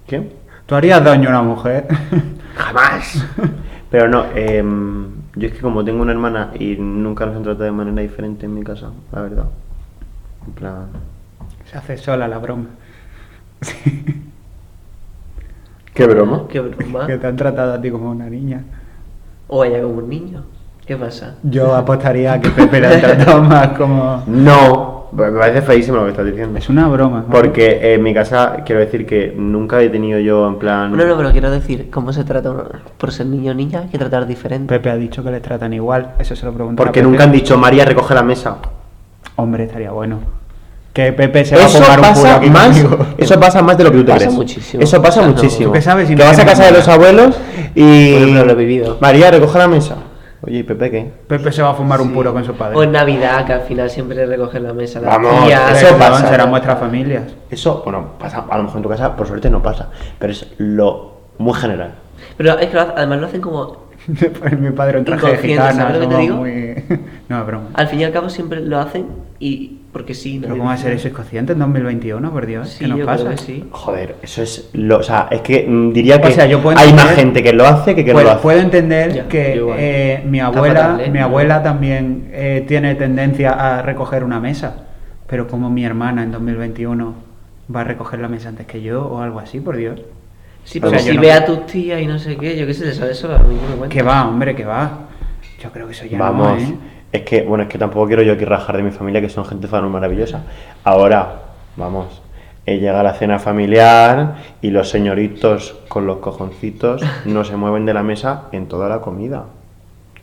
A: ¿Qué?
B: ¿Tú harías daño a una mujer?
A: Jamás. Pero no, em, yo es que como tengo una hermana y nunca nos han tratado de manera diferente en mi casa, la verdad. En plan...
B: Se hace sola la broma.
A: ¿Qué broma?
C: Qué
A: ¿Ah?
C: broma.
B: Que te han tratado a ti como una niña.
C: O ella como un niño. ¿Qué pasa?
B: Yo apostaría a que Pepe la ha tratado más como...
A: No, me parece feísimo lo que estás diciendo.
B: Es una broma. ¿no?
A: Porque eh, en mi casa, quiero decir que nunca he tenido yo en plan...
C: No, no, pero quiero decir, ¿cómo se trata uno? Por ser niño o niña hay que tratar diferente.
B: Pepe ha dicho que les tratan igual. Eso se lo pregunto.
A: Porque nunca han dicho, María, recoge la mesa.
B: Hombre, estaría bueno. Que Pepe se va a
A: Eso
B: jugar un culo
A: pasa,
B: aquí
A: más,
B: conmigo.
A: eso pasa más de lo que tú te
C: Pasa
A: crees.
C: muchísimo.
A: Eso pasa
C: Claro.
A: muchísimo.
B: ¿Tú qué sabes si
A: que
B: no
A: vas a
B: tienes
A: casa de
B: mamá?
A: los abuelos y...
C: Por ejemplo, lo he vivido.
A: María, recoge la mesa. Oye, ¿y Pepe qué?
B: Pepe se va a fumar un puro con su padre.
C: O en Navidad, que al final siempre recogen la mesa. La
A: Vamos,
C: tía,
A: eso
B: Pero
A: pasa.
B: Serán vuestras familias.
A: Eso, bueno, pasa a lo mejor en tu casa, por suerte no pasa, pero es lo muy general.
C: Pero es que lo hace- además lo hacen como.
B: Pues Mi padre en traje de
C: Inconsciente,
B: gitana.
C: ¿sabes lo que te
B: somos
C: digo?
B: muy- No, es broma.
C: Al fin y al cabo siempre lo hacen y. Porque sí.
B: ¿Pero
C: nadie
B: cómo va a
C: dice
B: ser
C: nada.
B: eso consciente en 2021, por Dios?
C: Sí,
B: ¿Qué nos
C: yo
B: pasa?
C: creo que sí.
A: Joder, eso es lo, o sea, es que mm, diría
B: O
A: que
B: sea, yo puedo
A: hay más
B: entender-
A: gente que lo hace que que
B: Pues,
A: no lo hace.
B: puedo entender
C: Ya,
B: que
C: yo igual.
B: eh, mi
C: Está
B: abuela,
C: fatal, ¿eh?
B: mi abuela también eh, tiene tendencia a recoger una mesa, pero como mi hermana en 2021 va a recoger la mesa antes que yo o algo así, por Dios.
C: Sí,
A: O
C: pero
A: sea,
C: si
B: yo no-
C: ve a tus tías y no sé qué, yo qué sé, le sale eso a mí no me cuenta.
B: Que va, hombre, que va. Yo creo que eso ya no,
A: Vamos,
B: ¿eh?
A: es que, bueno, es que tampoco quiero yo aquí rajar de mi familia, que son gente fan- maravillosa. Ahora, vamos, eh, llega la cena familiar y los señoritos con los cojoncitos no se mueven de la mesa en toda la comida.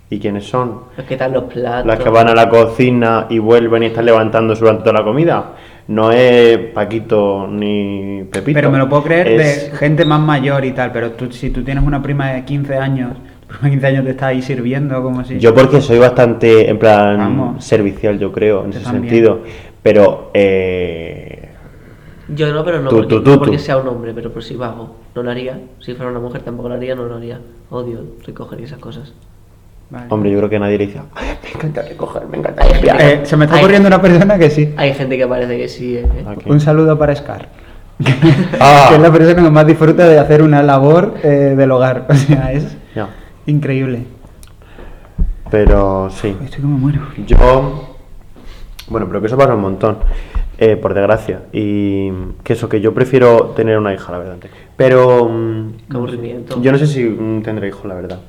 A: ¿Y quiénes son?
C: Los que están los platos.
A: Las que van a la cocina y vuelven y están levantándose durante toda la comida. No es Paquito ni Pepito.
B: Pero me lo puedo creer
A: es-
B: de gente más mayor y tal, pero tú, si tú tienes una prima de 15 años, tu prima de 15 años te está ahí sirviendo como si...
A: Yo porque soy bastante, en plan,
B: Vamos.
A: servicial, yo creo, en
B: Yo
A: ese
B: también.
A: sentido. Pero, eh,
C: Yo no, pero no,
A: Tú,
C: porque,
A: tú, tú,
C: no porque
A: tú.
C: sea un hombre, pero por si vago. No lo haría. Si fuera una mujer tampoco lo haría, no lo haría. Odio recoger esas cosas.
B: Vale.
A: hombre, yo creo que nadie le dice, "Ay, me encanta recoger, me encanta
C: Ay,
A: limpiar".
B: Eh, se me está
C: Ay.
B: ocurriendo una persona que sí.
C: Hay gente que parece que sí, ¿eh?
A: Aquí.
B: Un saludo para Scar.
A: Ah.
B: Que es la persona que más disfruta de hacer una labor eh, del hogar. O sea, es
A: Ya.
B: increíble.
A: Pero sí,
B: Estoy que me muero.
A: yo, bueno, pero que eso pasa un montón, eh, por desgracia. Y que eso, que yo prefiero tener una hija, la verdad. Pero... mm,
C: Qué aburrimiento.
A: Yo no sé si mm, tendré hijos, la verdad.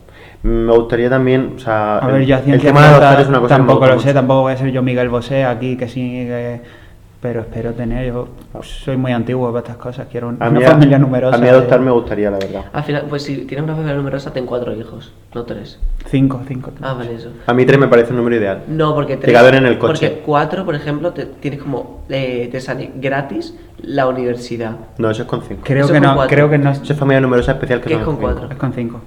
A: Mm, Me gustaría también, o sea,
B: A
A: el-
B: ver, yo a
A: Ah, el,
B: ciencia
A: tema de
B: cierta
A: adoptar es una cosa que me
B: tampoco
A: gusta
B: lo sé,
A: mucho.
B: tampoco voy a ser yo Miguel Bosé aquí, que sí, que- pero espero tener, yo soy muy antiguo para estas cosas, quiero un-
A: Ah. A
B: una
A: mí,
B: familia numerosa.
A: A mí
B: de
A: adoptar me gustaría, la verdad.
C: Al final, pues si tienes una familia numerosa, ten cuatro hijos, no tres.
B: Cinco, cinco.
C: Ah, vale, eso.
A: A mí tres me parece un número ideal.
C: No, porque
A: Te
C: tres.
A: caben en el coche.
C: Porque cuatro, por ejemplo, te, tienes como. eh, te sale gratis la universidad.
A: No, eso es con cinco.
B: Creo
C: Eso
B: que
C: con
B: no,
C: cuatro.
B: creo que no es,
A: Eso es familia numerosa especial que
C: ¿Qué
A: son
C: es con
A: cinco.
C: cuatro?
B: es con cinco.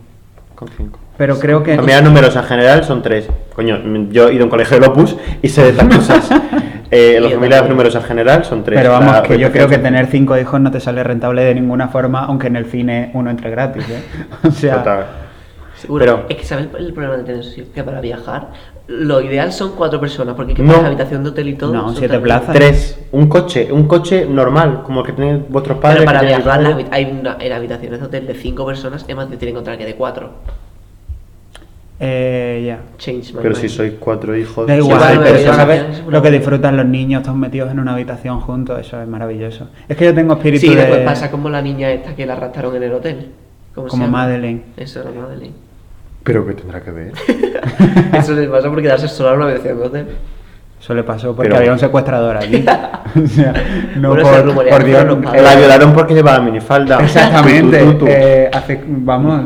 A: Con cinco.
B: Pero creo que...
A: Familia numerosa general son tres. Coño, mm, yo he ido a un colegio de Opus y sé de estas cosas. Eh,
C: Y
A: la
C: yo
A: familia
C: también.
A: numerosa general son tres.
B: Pero vamos,
A: La-
B: que yo
A: la-
B: creo que tener cinco hijos no te sale rentable de ninguna forma, aunque en el cine uno entre gratis, ¿eh? O sea,
A: Total.
C: Seguro.
A: Pero-
C: Es que sabes el, el problema de tener eso, sí? que para viajar lo ideal son cuatro personas, porque es que
A: No.
C: para la habitación de hotel y todo.
B: No,
C: son
B: siete
C: tan-
B: plazas.
A: Tres, un coche, un coche normal, como el que tienen vuestros padres.
C: Pero para
A: que tienen
C: viajar
A: el
C: las
A: padre.
C: habit- hay una, en habitaciones de hotel de cinco personas es más difícil encontrar que de cuatro.
B: Eh, ya.
C: Change my
A: Pero
C: mind.
A: si sois cuatro hijos,
B: Da
A: si
B: igual,
A: sois
C: vale,
B: pero
C: vale,
B: eso,
A: personas-
C: vale.
B: ¿sabes? Lo que disfrutan los niños, todos metidos en una habitación juntos, eso es maravilloso. Es que yo tengo espíritu
C: Sí,
B: de...
C: después pasa como la niña esta que la arrastraron en el hotel. ¿Cómo se
B: Como
C: llama?
B: Madeleine.
C: Eso era Madeleine.
A: Pero que tendrá que ver.
C: Eso les pasa por quedarse sola en una habitación de hotel.
B: Eh, Eso le pasó porque
A: Pero-
B: había un secuestrador allí. o sea, no
C: Bueno, se
B: por,
C: rumorea
B: por
C: que
B: Dios.
C: fueron los
B: eh,
A: La violaron porque llevaba minifalda.
B: Exactamente.
A: Tu, tu, tu, tu.
B: eh, hace- vamos,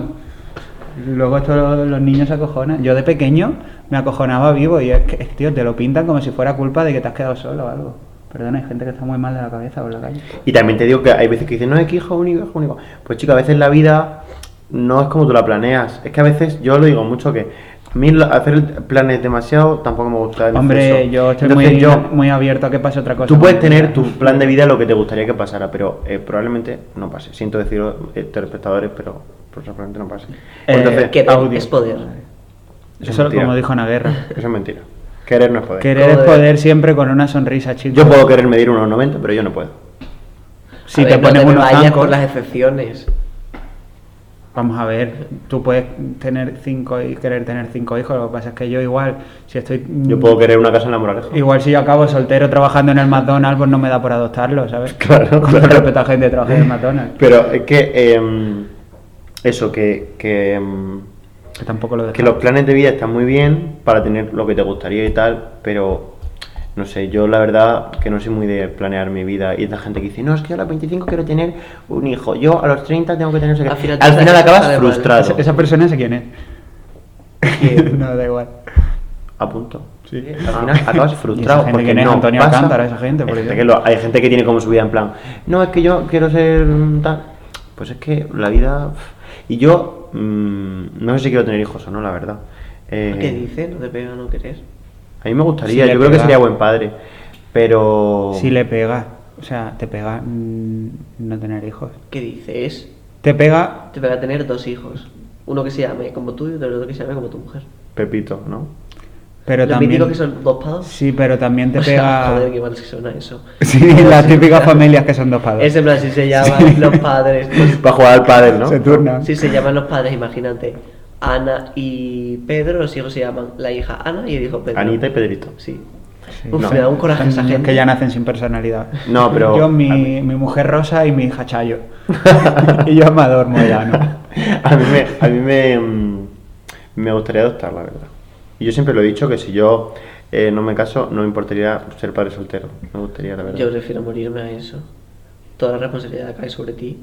B: luego esto lo- los niños se acojonan. Yo de pequeño me acojonaba vivo y es que, tío, te lo pintan como si fuera culpa de que te has quedado solo o algo. Perdona, hay gente que está muy mal de la cabeza por la calle.
A: Y también te digo que hay veces que dicen, no, es que hijo único, hijo único. Pues chico, a veces la vida no es como tú la planeas. Es que a veces, yo lo digo mucho, que a mí lo- hacer planes demasiado tampoco me gusta. en
B: Hombre,
A: exceso.
B: yo estoy
A: pues Entonces
B: muy,
A: yo-
B: muy abierto a que pase otra cosa.
A: Tú puedes tener tu plan de vida lo que te gustaría que pasara, pero eh, probablemente no pase. Siento decirlo, eh, telespectadores, pero pues, probablemente no pase.
C: Pues
B: Eh,
A: Entonces,
C: Querer
A: audio.
C: es poder.
A: Eso
B: Eso
A: es mentira.
B: como dijo una guerra.
A: Eso es mentira. Querer no es poder.
B: Querer es
C: Joder.
B: poder siempre con una sonrisa, chicos.
A: Yo puedo querer medir unos 90, pero yo no puedo.
B: Si
C: A
B: te
C: ver, no
B: pones
C: me
B: unos
C: vayas
B: zancos-
C: por las excepciones.
B: Vamos a ver, tú puedes tener cinco y querer tener cinco hijos, lo que pasa es que yo igual, si estoy...
A: Yo puedo querer una casa en la moraleja.
B: Igual si yo acabo soltero trabajando en el McDonald's, pues no me da por adoptarlo, ¿sabes?
A: Claro,
B: Con
A: claro.
B: respeto a gente que trabaja en el McDonald's,
A: Pero es que em, eso, que, que, em,
B: que tampoco lo
A: que
B: dejo.
A: los planes de vida están muy bien para tener lo que te gustaría y tal, pero no sé, yo la verdad que no soy muy de planear mi vida. Y esta gente que dice, no, es que yo a los 25 quiero tener un hijo, yo a los 30 tengo que tener... no sé qué".
C: Al final te
A: Al final
C: sale-
A: acabas
C: sale mal.
A: frustrado.
B: Esa, esa persona sé quién es. no, da igual.
A: A punto.
B: Sí.
A: Al final acabas frustrado
B: ¿Y esa gente
A: porque
B: quién es?
A: no
B: Antonio
A: pasa.
B: Alcántara, esa gente, por
A: Hay gente,
B: Dios.
A: que lo- hay gente que tiene como su vida en plan, no, es que yo quiero ser mm, tal. Pues es que la vida... Y yo mm, no sé si quiero tener hijos o no, la verdad. Eh,
C: ¿Qué dice? No te pega no querer.
A: A mí me gustaría,
B: Si le
A: yo creo que
B: pega.
A: sería buen padre. Pero...
B: Si le pega, o sea, te pega mm, no tener hijos.
C: ¿Qué dices?
B: Te pega...
C: Te pega tener dos hijos. Uno que se llame como tú y otro que se llame como tu mujer.
A: Pepito, ¿no?
B: Pero
C: Los
B: también...
C: míticos que son dos pados.
B: Sí, pero también te
C: O sea,
B: pega...
C: joder, qué mal se suena eso.
B: Sí, las típicas familias que son dos padres.
C: Ese en plan, si se llaman los padres. pues,
A: Para jugar al pádel, ¿no?
B: Se turnan.
C: si se llaman los padres, imagínate. Ana y Pedro, los hijos se llaman la hija Ana y el hijo Pedro.
A: Anita y Pedrito.
C: Sí.
B: Sí.
C: Uf,
A: No.
C: me da un coraje
B: Son
C: esa
B: niños
C: gente.
B: que ya nacen sin personalidad.
A: No, pero-
B: Yo, mi, mi mujer rosa y mi hija Chayo. y yo Amador Moyano.
A: a mí, me, a mí me, mm, me gustaría adoptar, la verdad. Y yo siempre lo he dicho que si yo eh, no me caso, no me importaría ser padre soltero. Me gustaría, la verdad.
C: Yo prefiero morirme a eso. Toda la responsabilidad cae sobre ti.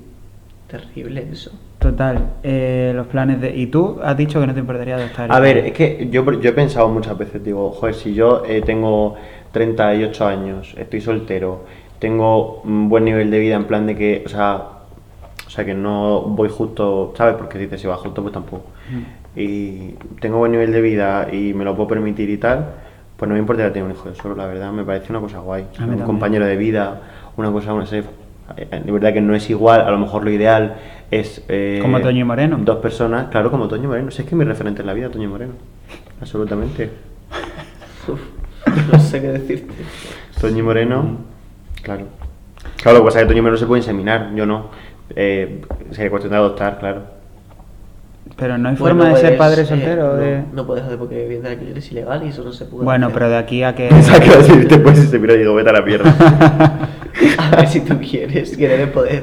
C: Terrible eso.
B: Total, eh, los planes de... Y tú has dicho que no te importaría Mm. adoptar.
A: A ver, es que yo, yo he pensado muchas veces, digo, joder, si yo eh, tengo 38 años, estoy soltero, tengo un buen nivel de vida en plan de que, o sea, o sea que no voy justo, ¿sabes? Porque dices, si vas justo, pues tampoco. Y tengo buen nivel de vida y me lo puedo permitir y tal, pues no me importaría tener un hijo de solo, la verdad, me parece una cosa guay.
B: A mí
A: un
B: también.
A: compañero de vida, una cosa, una serie. eh, De verdad que no es igual, a lo mejor lo ideal es... eh,
B: Como Toño y Moreno.
A: Dos personas, claro, como Toño Moreno. Si es que mi referente en la vida, Toño Moreno. Absolutamente.
C: Uf, no sé qué decirte.
A: Toño Moreno, claro. Claro, lo que pasa es que Toño Moreno se puede inseminar, yo no. Eh, sería cuestión de adoptar, claro.
B: Pero no hay
C: Bueno,
B: forma de ser
C: puedes,
B: padre
C: eh,
B: soltero.
C: no,
B: de-
C: no puedes hacer porque vivienda de alquiler es ilegal y eso no se puede.
B: Bueno,
C: hacer.
B: pero de aquí a que...
A: Pensaba que iba a decir, te puedes inseminar y digo, vete a la mierda.
C: A ver si tú quieres, que debe poder.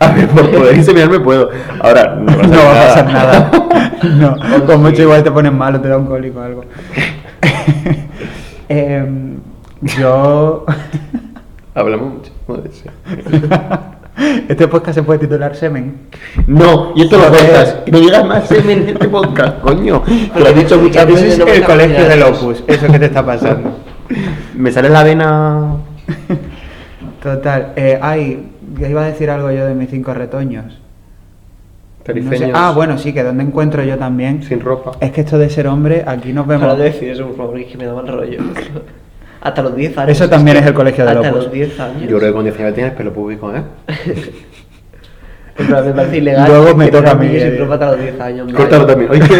A: A ver, por poder inseminarme puedo. Ahora, no,
B: no va a pasar nada. no,
C: Hostia.
B: con mucho igual te pones malo, te da un cólico o algo. Em, yo...
A: Hablamos muchísimo de eso.
B: este podcast se puede titular Semen.
A: No, y esto lo
B: Joder.
A: cortas. No digas más semen en este podcast, coño. Te lo he dicho muchas
C: Ese es
A: veces. no
C: el
A: me-
C: colegio del
B: Opus, eso que te está pasando.
A: Me sale la vena.
B: Total, eh, ay, ya iba a decir algo yo de mis cinco retoños. No sé-
A: Perifeños.
B: Ah, bueno, sí, que donde encuentro yo también.
A: Sin ropa.
B: Es que esto de ser hombre, aquí nos
C: Para
B: vemos.
C: de decir eso, por favor, que es que me da mal rollo. Hasta los 10 años.
B: Eso también
C: que
B: es el colegio del
C: Hasta
B: Opus.
C: los 10 años.
A: Yo creo que con 19 tienes pelo público, ¿eh?
C: En plan, me parece ilegal.
B: Luego me
C: que
B: toca a mí,
C: Yo soy
B: eh.
C: própata a los 10 años. me
A: Córtalo
C: vaya.
A: también. Oye, que-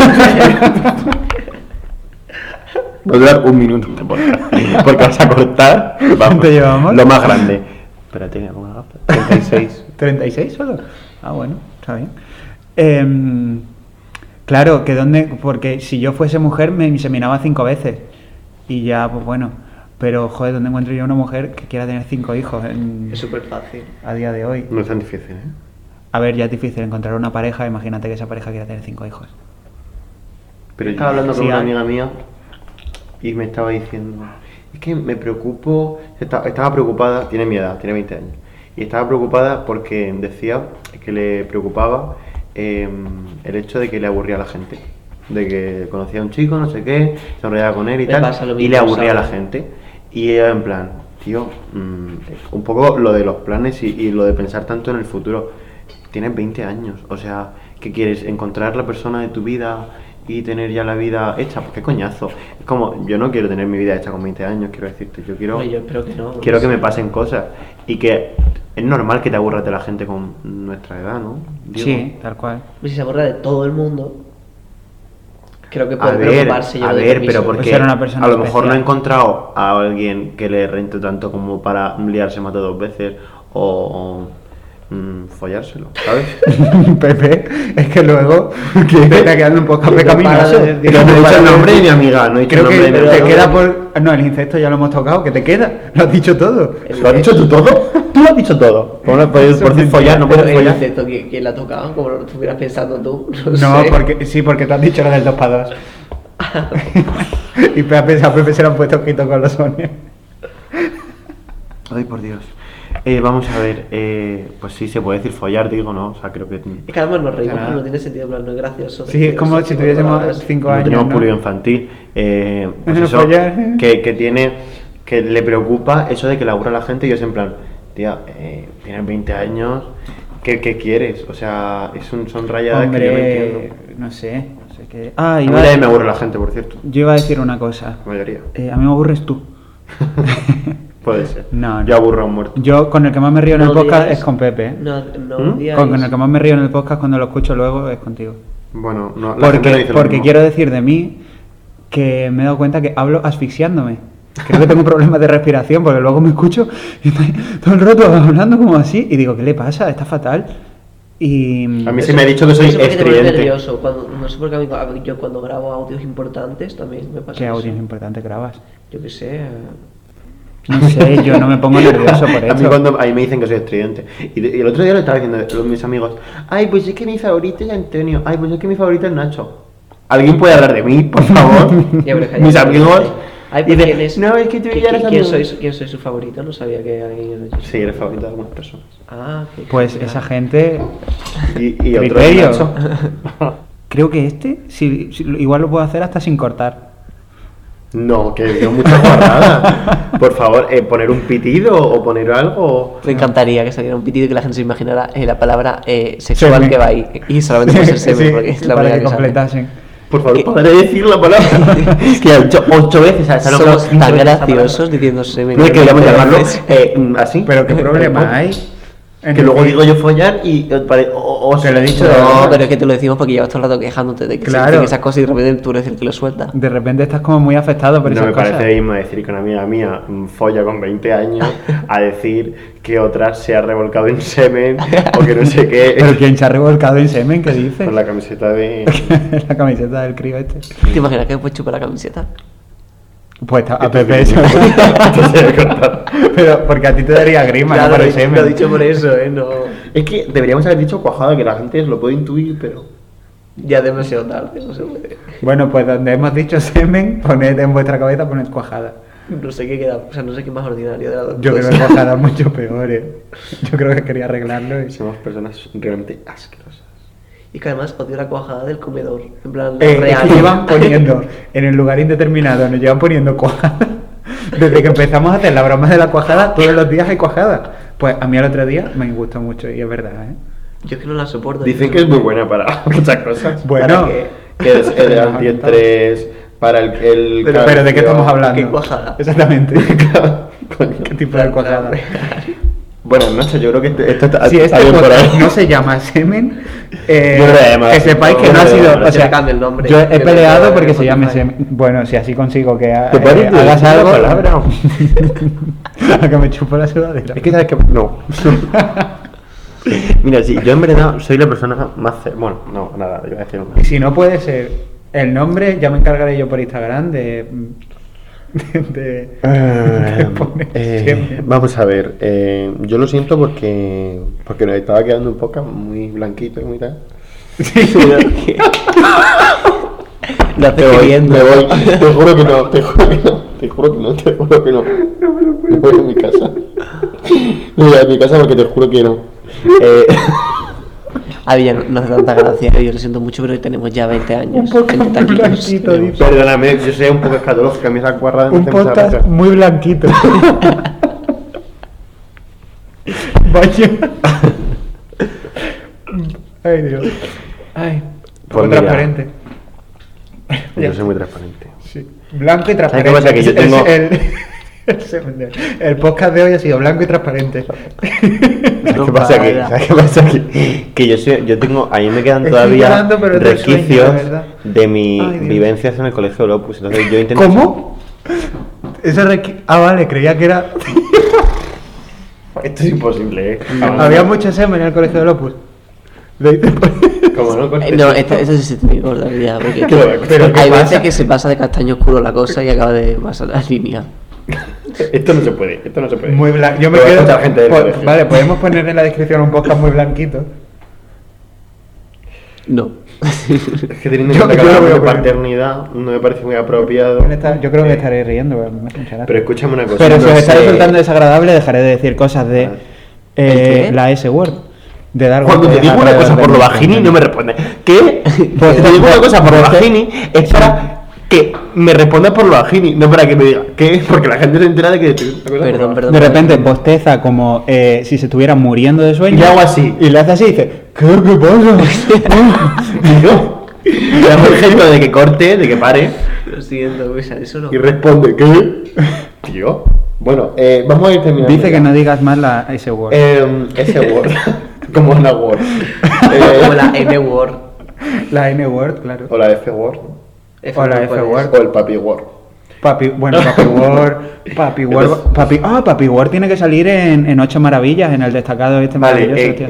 A: Va a durar un minuto de podcast, Porque vas a cortar.
B: ¿Cuánto llevamos?
A: Lo más grande. Espérate, que me pongo la gafa. 36.
B: ¿36 solo? Ah, bueno, está bien. Em, claro, que dónde. Porque si yo fuese mujer me inseminaba cinco veces. Y ya, pues bueno. Pero, joder, ¿dónde encuentro yo una mujer que quiera tener cinco hijos en-
C: Es súper fácil.
B: a día de hoy?
A: No es tan difícil, ¿eh?
B: A ver, ya es difícil encontrar una pareja. Imagínate que esa pareja quiera tener cinco hijos.
A: Pero
B: Sí,
A: estaba hablando con
B: hay-
A: una amiga mía y me estaba diciendo, es que me preocupo, esta- estaba preocupada, tiene mi edad, tiene 20 años, y estaba preocupada porque decía que le preocupaba eh, el hecho de que le aburría a la gente, de que conocía a un chico, no sé qué, se enrollaba con él y
C: Me
A: tal,
C: pasa lo
A: y
C: mismo,
A: le aburría a la
C: ¿sabes?
A: gente. Y ella en plan, tío, mm, un poco lo de los planes y, y lo de pensar tanto en el futuro. Tienes 20 años, o sea, ¿qué quieres? ¿Encontrar la persona de tu vida y tener ya la vida hecha? Pues qué coñazo. Es como, yo no quiero tener mi vida hecha con 20 años, quiero decirte, yo quiero,
C: Hombre, yo espero que no.
A: quiero que me pasen cosas. Y que es normal que te aburras de la gente con nuestra edad, ¿no? Digo.
B: Sí, tal cual.
C: Pues Si se aburre de todo el mundo, creo que
A: A
C: puede
A: ver,
C: preocuparse. yo
A: a
C: le doy
A: ver,
C: permiso.
A: pero
B: Pues
A: porque
B: era una persona
A: a lo mejor no
B: especial.
A: he encontrado a alguien que le rente tanto como para liarse más de dos veces o, o, mm, follárselo, ¿sabes?
B: Pepe, es que luego te está quedando un poco
C: No para
B: pecaminoso.
C: de decir-
A: Pero no he dicho el nombre de mi amiga, no he dicho
B: Creo
A: el
B: que
A: nombre de mi
B: te
A: amiga.
B: queda por. No, el incesto ya lo hemos tocado, que te queda. Lo has dicho todo.
A: ¿Lo has dicho tú todo? ¿Tú lo has dicho todo? ¿Cómo no puedes por decir follar? ¿No
C: Pero
A: puedes
C: el
A: follar?
B: pues
C: insecto, ¿quién, quién la ha tocado? Como lo estuvieras pensando tú. No,
B: No,
C: sé.
B: porque sí, porque te has dicho lo del 2 para 2 Y Pepe, a Pepe se lo han puesto ojito con los onios.
A: Ay, por Dios. Eh, vamos a ver, eh, pues sí, se puede decir follar, digo, ¿no, o sea, creo que...
C: Es que además nos reímos,
B: Nada.
C: pero no tiene sentido, en plan, no es gracioso.
B: Sí, es como si tuviésemos 5
A: No
B: años.
A: tenemos
B: ¿no?
A: público infantil. eh, pues
B: Eso,
A: eso,
B: follar.
A: que, que tiene, que le preocupa eso de que labura la gente. Y yo es en plan, tía, eh, tienes 20 años, ¿qué, qué quieres? O sea, es un, son rayadas que yo no
B: Hombre,
A: entiendo.
B: no sé. No sé qué. Ah,
A: A mí
B: iba
A: nadie me aburre la gente, por cierto,
B: Yo iba a decir una cosa.
A: la mayoría.
B: Eh, a mí me aburres tú.
A: Puede ser.
B: No, no.
A: Yo aburro a un muerto.
B: Yo con el que más me río en el
C: No
B: podcast
C: digas-
B: es con Pepe. ¿eh?
C: No, no
A: ¿Mm?
C: digáis-
B: Con, con el que más me río en el podcast cuando lo escucho luego es contigo.
A: Bueno, no, la gente no
B: Porque,
A: dice lo
B: porque
A: mismo.
B: quiero decir de mí que me he dado cuenta que hablo asfixiándome. Creo que tengo problemas de respiración porque luego me escucho y estoy todo el rato hablando como así y digo, ¿qué le pasa? Está fatal. Y...
A: A mí
C: Eso-
A: se me ha dicho que soy
C: eso porque te vuelve
A: estridente.
C: nervioso. Cuando, no sé por qué a mí- a- yo cuando grabo audios importantes también me pasa
B: ¿Qué
C: eso.
B: audio importante grabas?
C: Yo qué sé. eh,
B: No sé, yo no me pongo nervioso por
A: A mí,
B: eso.
A: cuando, a mí me dicen que soy estridente. Y, de- y el otro día le estaba diciendo a los- mis amigos, ay, pues es que mi favorito es Antonio, ay, pues es que mi favorito es Nacho. ¿Alguien puede hablar de mí, por favor?
C: ya verás que hay
A: mis
C: gente que
A: amigos.
C: dice, Ay, pues,
A: dicen,
C: ¿quién es?
A: No, es que tú
C: ¿Qui-
A: ya eres
C: qui- ¿quién
A: amigo".
C: soy, su- ¿Quién soy su favorito? No sabía que alguien era yo.
A: Sí, eres favorito de algunas personas.
C: Ah, qué
B: Pues
C: genial.
B: esa gente...
A: Y, y otro es
B: Criterio.
A: Nacho.
B: Creo que este si- si- igual lo puedo hacer hasta sin cortar.
A: no, que veo mucha guarrada. Por favor, eh, poner un pitido o poner algo.
C: Me encantaría que saliera un pitido y que la gente se imaginara eh, la palabra eh, sexual
B: Semen.
C: que va ahí. Y solamente por ser semen,
B: Sí,
C: porque es la
B: para
C: única
B: que
C: que sale.
B: completasen.
A: Por favor, podré decir la palabra. que ha dicho ocho veces. ¿sabes? Se lo
C: Somos
A: creo, ocho veces esa
C: tan
A: palabra.
C: graciosos diciendo semen.
A: No es que deberíamos llamarlo
C: Entonces,
A: eh, mm, así.
B: Pero qué problema
A: Perdón.
B: hay.
A: Que luego digo yo follar y os pare- o- o-
B: Te lo he dicho,
C: No,
B: verdad.
C: pero es que te lo decimos porque llevas todo el rato quejándote de que
B: eh, Claro.
C: se dicen esas cosas y de repente tú eres el que lo suelta.
B: De repente estás como muy afectado por
A: No
B: esas
A: me
B: cosas.
A: parece mismo decir que una amiga mía mm, folla con 20 años a decir que otra se ha revolcado en semen o que no sé qué
B: Pero quien se ha revolcado en semen, ¿qué dices?
A: con Eh, la camiseta de...
B: la camiseta del crío este.
C: ¿Te imaginas que después chupa la camiseta?
B: Pues a, a
A: Esto
B: Pepe
A: sí
B: eso.
A: que- esto se debe cortar.
B: Pero porque a ti te daría grima,
C: Ya
B: no
C: lo
B: para
C: he-
B: el semen.
C: lo he dicho por eso, ¿eh? No.
A: Es que deberíamos haber dicho cuajada que la gente lo puede intuir, pero...
C: Ya es demasiado tarde, no se puede.
B: Bueno, pues donde hemos dicho semen, poned en vuestra cabeza, poned cuajada.
C: No sé qué queda, o sea, no sé qué más ordinario de la dos
B: Yo creo que
C: cosas.
B: cuajada es mucho peor, eh. Yo creo que quería arreglarlo. y-
A: Somos personas realmente asquerosas.
C: Y que además odio la cuajada del comedor. En plan,
B: Eh, es
C: real.
B: que llevan poniendo en el lugar indeterminado, nos llevan poniendo cuajada. Desde que empezamos a hacer la broma de la cuajada, todos los días hay cuajada. Pues a mí al otro día me gustó mucho y es verdad, ¿eh?
C: Yo es que no la soporto.
A: Dicen que es muy buena para muchas cosas.
B: Bueno,
C: que-
A: Que es el antiestrés, para el... el
B: pero, pero ¿de qué
A: calcio.
B: estamos hablando?
C: ¿qué cuajada?
B: Exactamente.
A: Coño.
B: ¿Qué tipo de
C: La- la
B: cuajada?
C: real.
A: Buenas noches, yo creo que este- esto está,
B: si
A: está
B: este
A: bien por
B: podcast
A: ahí.
B: no se llama semen, eh,
A: Yo creo que además-
B: que sepáis que
A: yo
B: no ha
A: creo que
B: sido.
A: además
B: o
C: se
B: sea,
C: le cambia el nombre,
B: yo
C: que
B: he
C: no
B: peleado
C: sea
B: porque se llame
C: Spotify.
B: semen. Bueno, si así consigo que ha-
A: ¿Te
B: eh,
A: puedes
B: hagas
A: decir una
B: algo.
A: palabra?
B: a que me chupo la sudadera.
A: Es que sabes que. No. Mira, sí, yo en verdad soy la persona más. ce- Bueno, no, nada, yo voy a decir una.
B: Y si no puede ser el nombre, ya me encargaré yo por Instagram de. de, de- de
A: Eh,
B: poner
A: eh,
B: semen.
A: vamos a ver, eh, yo lo siento porque porque nos estaba quedando un poco muy blanquito y muy tal.
C: Lo
A: Te
C: estoy
A: voy,
C: oyendo.
A: me voy, te juro que no, te juro que no, te juro que no, te juro que no. Me voy a mi casa. Me voy a mi casa porque te juro que no. Eh,
C: A mí ya no, no hace tanta gracia, yo lo siento mucho, pero tenemos ya 20 años.
B: Un podcast
C: 20 taquitos,
B: blanquito,
C: tenemos.
B: dice.
A: perdóname, yo soy un poco escatológico, a mí esa guarra me
B: Un
A: hace mucha
B: podcast
A: gracia.
B: muy blanquito. Vaya. Ay, Dios. Ay.
A: Pues
B: muy
A: mira.
B: transparente.
A: Yo soy muy transparente.
B: Sí. Blanco y
A: ¿Sabes qué
B: transparente.
A: pasa? Que yo
B: Es-
A: tengo-
B: El, el semen. El podcast de hoy ha sido blanco y transparente.
A: ¿Sabes qué pasa? Que, ¿sabes qué pasa? Que, que yo, soy- yo tengo, ahí me quedan
B: Estoy
A: todavía
B: llorando, pero es de sueño,
A: resquicios
B: de verdad.
A: de mi
B: Ay, Dios.
A: vivencias en el colegio de Lopus. Entonces yo intento.
B: ¿Cómo? Eso requi- Ah, vale, creía que era.
A: Esto es imposible, ¿eh?
B: Había mucho semen en el colegio de Lopus. Lo hice por-
A: Como no
C: Eh, No, esta- eso sí se tiene que cortar ya, porque
A: Pero-
B: pero ¿qué
C: hay veces
B: pasa?
C: que se pasa de castaño oscuro la cosa y acaba de pasar la línea.
A: Esto no se puede, esto no se puede.
B: Muy blanco. Yo me
A: Lo va a
B: quedo.
A: escuchar gente del
B: po-
A: colegio.
B: Vale, podemos poner en la descripción un podcast muy blanquito.
C: No.
A: Es que teniendo en
B: Yo-
A: cuenta que
B: yo lo
A: hablamos
B: veo
A: de
B: por ahí.
A: paternidad, no me parece muy apropiado.
B: Yo esta- Yo creo que estaré riendo, pero me hace mucha gracia.
A: Eh. Pero escúchame una cosa.
B: Pero si
A: no eh,
B: os está
A: sé-
B: resultando desagradable, dejaré de decir cosas de eh,
C: ¿El qué?
B: la S-Word. De dar
A: Cuando te
B: golpes
A: digo una
B: alrededor
A: cosa
B: del
A: por lo
B: mundo.
A: bajini, no me responde. ¿Qué?
B: Pues-
A: te digo una cosa por lo
B: pues-
A: bajini, es para que me responda por lo bajini, no para que me diga ¿qué? Porque la gente se entera de que te digo una cosa por
C: Perdón,
A: lo
C: perdón.
B: De repente bosteza como eh, si se estuviera muriendo de sueño.
A: Y le hago así.
B: Y le hace así y dice: ¿Qué, qué pasa?
A: bajini. Y yo, Le hago el gesto de que corte, de que pare,
C: Lo siento, güey, eso no.
A: y responde ¿qué? Tío. Bueno, eh, vamos a ir terminando.
B: Dice
A: ya.
B: que no digas más la S-Word.
A: Eh, ese Word. Como una Word. Eh,
C: Como la M-Word.
B: La N-Word, claro.
A: O la F Word.
B: Hola,
C: ¿cuál
B: F-word.
A: O el Papi Word.
B: Papi, bueno, Papi Word, Papi Word,
A: Entonces-
B: Papi, ah, Papi Word tiene que salir en, en Ocho Maravillas, en el destacado este
A: Vale,
B: maravilloso.
A: eh,
B: hostia.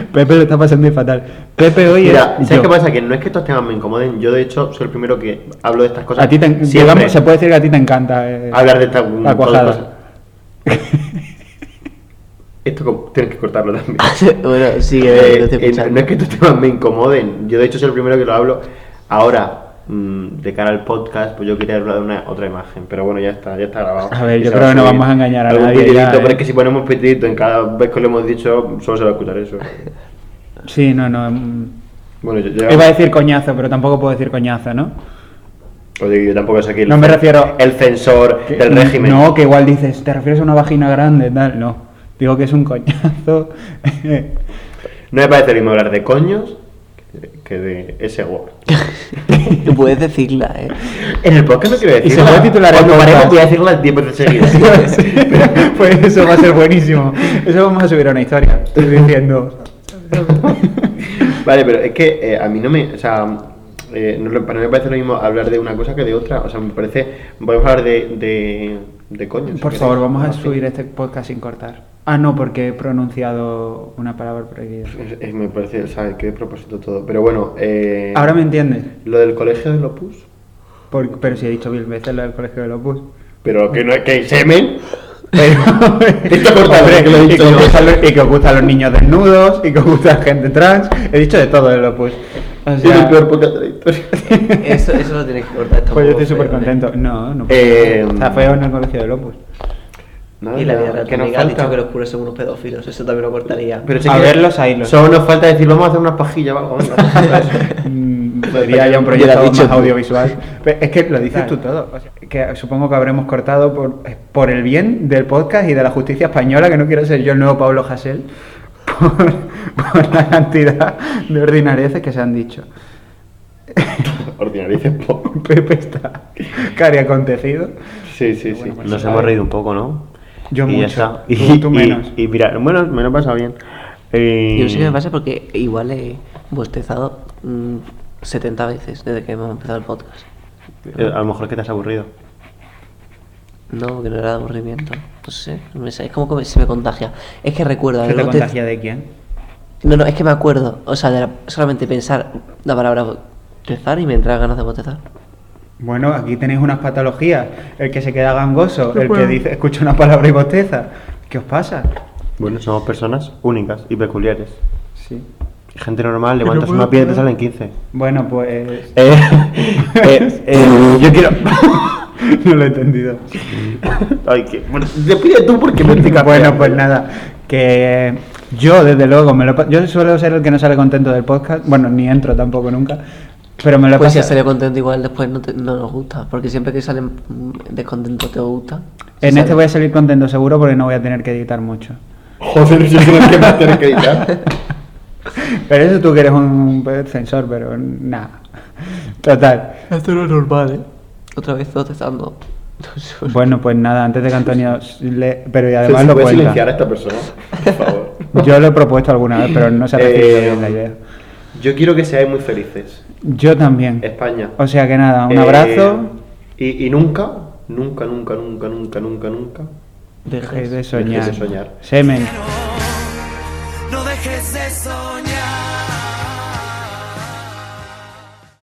A: mm.
B: Pepe lo está pasando fatal. Pepe hoy
A: Mira,
B: es
A: ¿sabes
B: yo.
A: qué pasa? Que no es que estos temas me incomoden. Yo, de hecho, soy el primero que hablo de estas cosas.
B: A ti te, en-
A: Siempre
B: digamos, se puede decir que a ti te encanta eh,
A: Hablar de estas
B: la cuajada.
A: cosas. Esto como- tienes que cortarlo también.
C: bueno, sí,
A: Eh,
C: no te
A: eh, no es que estos temas me incomoden. Yo, de hecho, soy el primero que lo hablo. Ahora, mm, de cara al podcast, pues yo quería hablar de una, otra imagen. Pero bueno, ya está, ya está grabado.
B: A ver,
A: Y
B: yo
A: se va
B: creo que no
A: subir.
B: vamos a engañar a
A: Algún
B: nadie ya,
A: pitidito, pero
B: eh.
A: es que si ponemos petidito en cada vez que lo hemos dicho, solo se va a escuchar eso.
B: Sí, no, no. mm.
A: Bueno, yo, yo-
B: Iba a decir coñazo, pero tampoco puedo decir coñazo, ¿no?
A: Oye, yo tampoco sé aquí el-
B: No me refiero-
A: El censor del régimen.
B: No, que igual dices, te refieres a una vagina grande, tal, no. Digo que es un coñazo.
A: No me parece lo mismo hablar de coños que de ese word.
C: Tú puedes decirla, eh.
A: En el podcast no quiero decir.
B: Y se puede titular el
A: Cuando
B: podcast.
A: paremos voy a decirlas 10 veces seguidas.
B: pues eso va a ser buenísimo. Eso vamos a subir a una historia. Estoy diciendo.
A: vale, pero es que eh, a mí no me. O sea. eh, no, lo- no me parece lo mismo hablar de una cosa que de otra. O sea, me parece. Podemos hablar de. de, de coños. si
B: Por
A: queréis. Ah,
B: favor, vamos a
A: Así.
B: subir este podcast sin cortar. Ah, no, porque he pronunciado una palabra prohibida.
A: Es- es- me parece. O sea, qué propósito todo. Pero bueno. Eh,
B: Ahora me entiendes.
A: Lo del colegio del Opus.
B: Por- pero si he dicho mil veces lo del colegio del Opus.
A: Pero que no es que hay semen.
B: Pero,
A: Esto corta,
B: Hombre,
A: que lo he
B: y, que
A: dicho
B: os
A: yo.
B: gustan los, y que os gustan los niños desnudos, y que os gusta la gente trans. He dicho de todo del Opus. O
A: Es el
B: sea,
A: peor podcast de la historia.
C: Eso, eso lo tienes que cortar. está un
B: Pues yo
C: poco
B: estoy súper
C: feo, ¿eh?
B: contento. No, no.
A: Eh,
B: está feo en el colegio del Opus.
A: Nada,
C: Y la vida
A: ya,
C: real
A: ¿qué nos
C: también, Ah, que ha dicho
A: falta?
C: que los curas son unos pedófilos, eso también lo cortaría.
A: Pero sí
B: A
A: que
B: verlos, a irlos.
A: Solo nos falta decir, vamos a hacer unas pajillas o algo. venga.
B: Mm, Sería ya un
C: Ya
B: proyecto
C: lo has dicho
B: más
C: tú.
B: audiovisual. Pero es que lo dices tú todo. o sea, que supongo que habremos cortado por, eh, por el bien del podcast y de la justicia española, que no quiero ser yo el nuevo Pablo Hasél, por, por la cantidad de ordinareces que se han dicho.
A: Ordinarices poco.
B: Pepe está cari acontecido.
A: Sí, sí, sí.
B: Bueno, pues
A: Nos
B: sí.
A: hemos reído un poco, ¿no?
B: Yo
A: y ya
B: mucho,
A: está.
B: tú-
A: Y,
B: tú
A: y-
B: menos.
A: Y, mira, bueno, me lo he pasado bien. Eh,
C: Yo no sé qué me pasa porque igual he bostezado mm, 70 veces desde que hemos empezado el podcast.
A: eh, A lo mejor es que te has aburrido.
C: No, porque no era de aburrimiento. No sé, me sa- es como que se me contagia. Es que recuerdo
B: ¿Qué
C: haber
B: te
C: boste-
B: contagia de quién?
C: No, no, es que me acuerdo. O sea, de la- solamente pensar la palabra bostezar y me entra ganas de bostezar.
B: Bueno, aquí tenéis unas patologías. El que se queda gangoso,
C: No
B: el
C: puedo.
B: que dice, escucha una palabra y bosteza. ¿Qué os pasa?
A: Bueno, somos personas únicas y peculiares.
B: Sí.
A: Gente normal, levantas una piedra y te salen 15.
B: Bueno, pues.
A: Eh, eh, eh, yo quiero.
B: no lo he entendido.
A: Ay, que. Bueno, despide tú porque me estoy
B: Bueno,
A: cambiando.
B: pues nada. Que yo, desde luego, me lo, pa- yo suelo ser el que no sale contento del podcast. Bueno, ni entro tampoco nunca. Pero me lo he
C: Pues si has
B: pasado-
C: salido contento igual después no, te- no nos gusta. Porque siempre que salen mm, descontentos te gusta. Si
B: En este
C: sale-
B: voy a salir contento seguro porque no voy a tener que editar mucho.
A: Joder, yo creo que me vas a tener que editar.
B: Pero eso tú que eres un pues, censor, pero nada. Total.
C: Esto no es normal, ¿eh? Otra vez bostezando.
B: Bueno, pues nada, antes de que Antonio le... Pero y
A: Se-
B: además
A: se
B: lo
A: puede
B: cuenta.
A: silenciar a esta persona, por favor.
B: Yo lo he propuesto alguna vez, pero no se ha recibido
A: Eh,
B: bien la idea.
A: Yo quiero que seáis muy felices.
B: Yo también.
A: España.
B: O sea que nada, un
A: Eh,
B: abrazo.
A: Y, y nunca, nunca, nunca, nunca, nunca, nunca, nunca.
B: Dejéis
C: Dejes.
B: de soñar.
A: soñar.
B: Semen.
D: No dejes de soñar.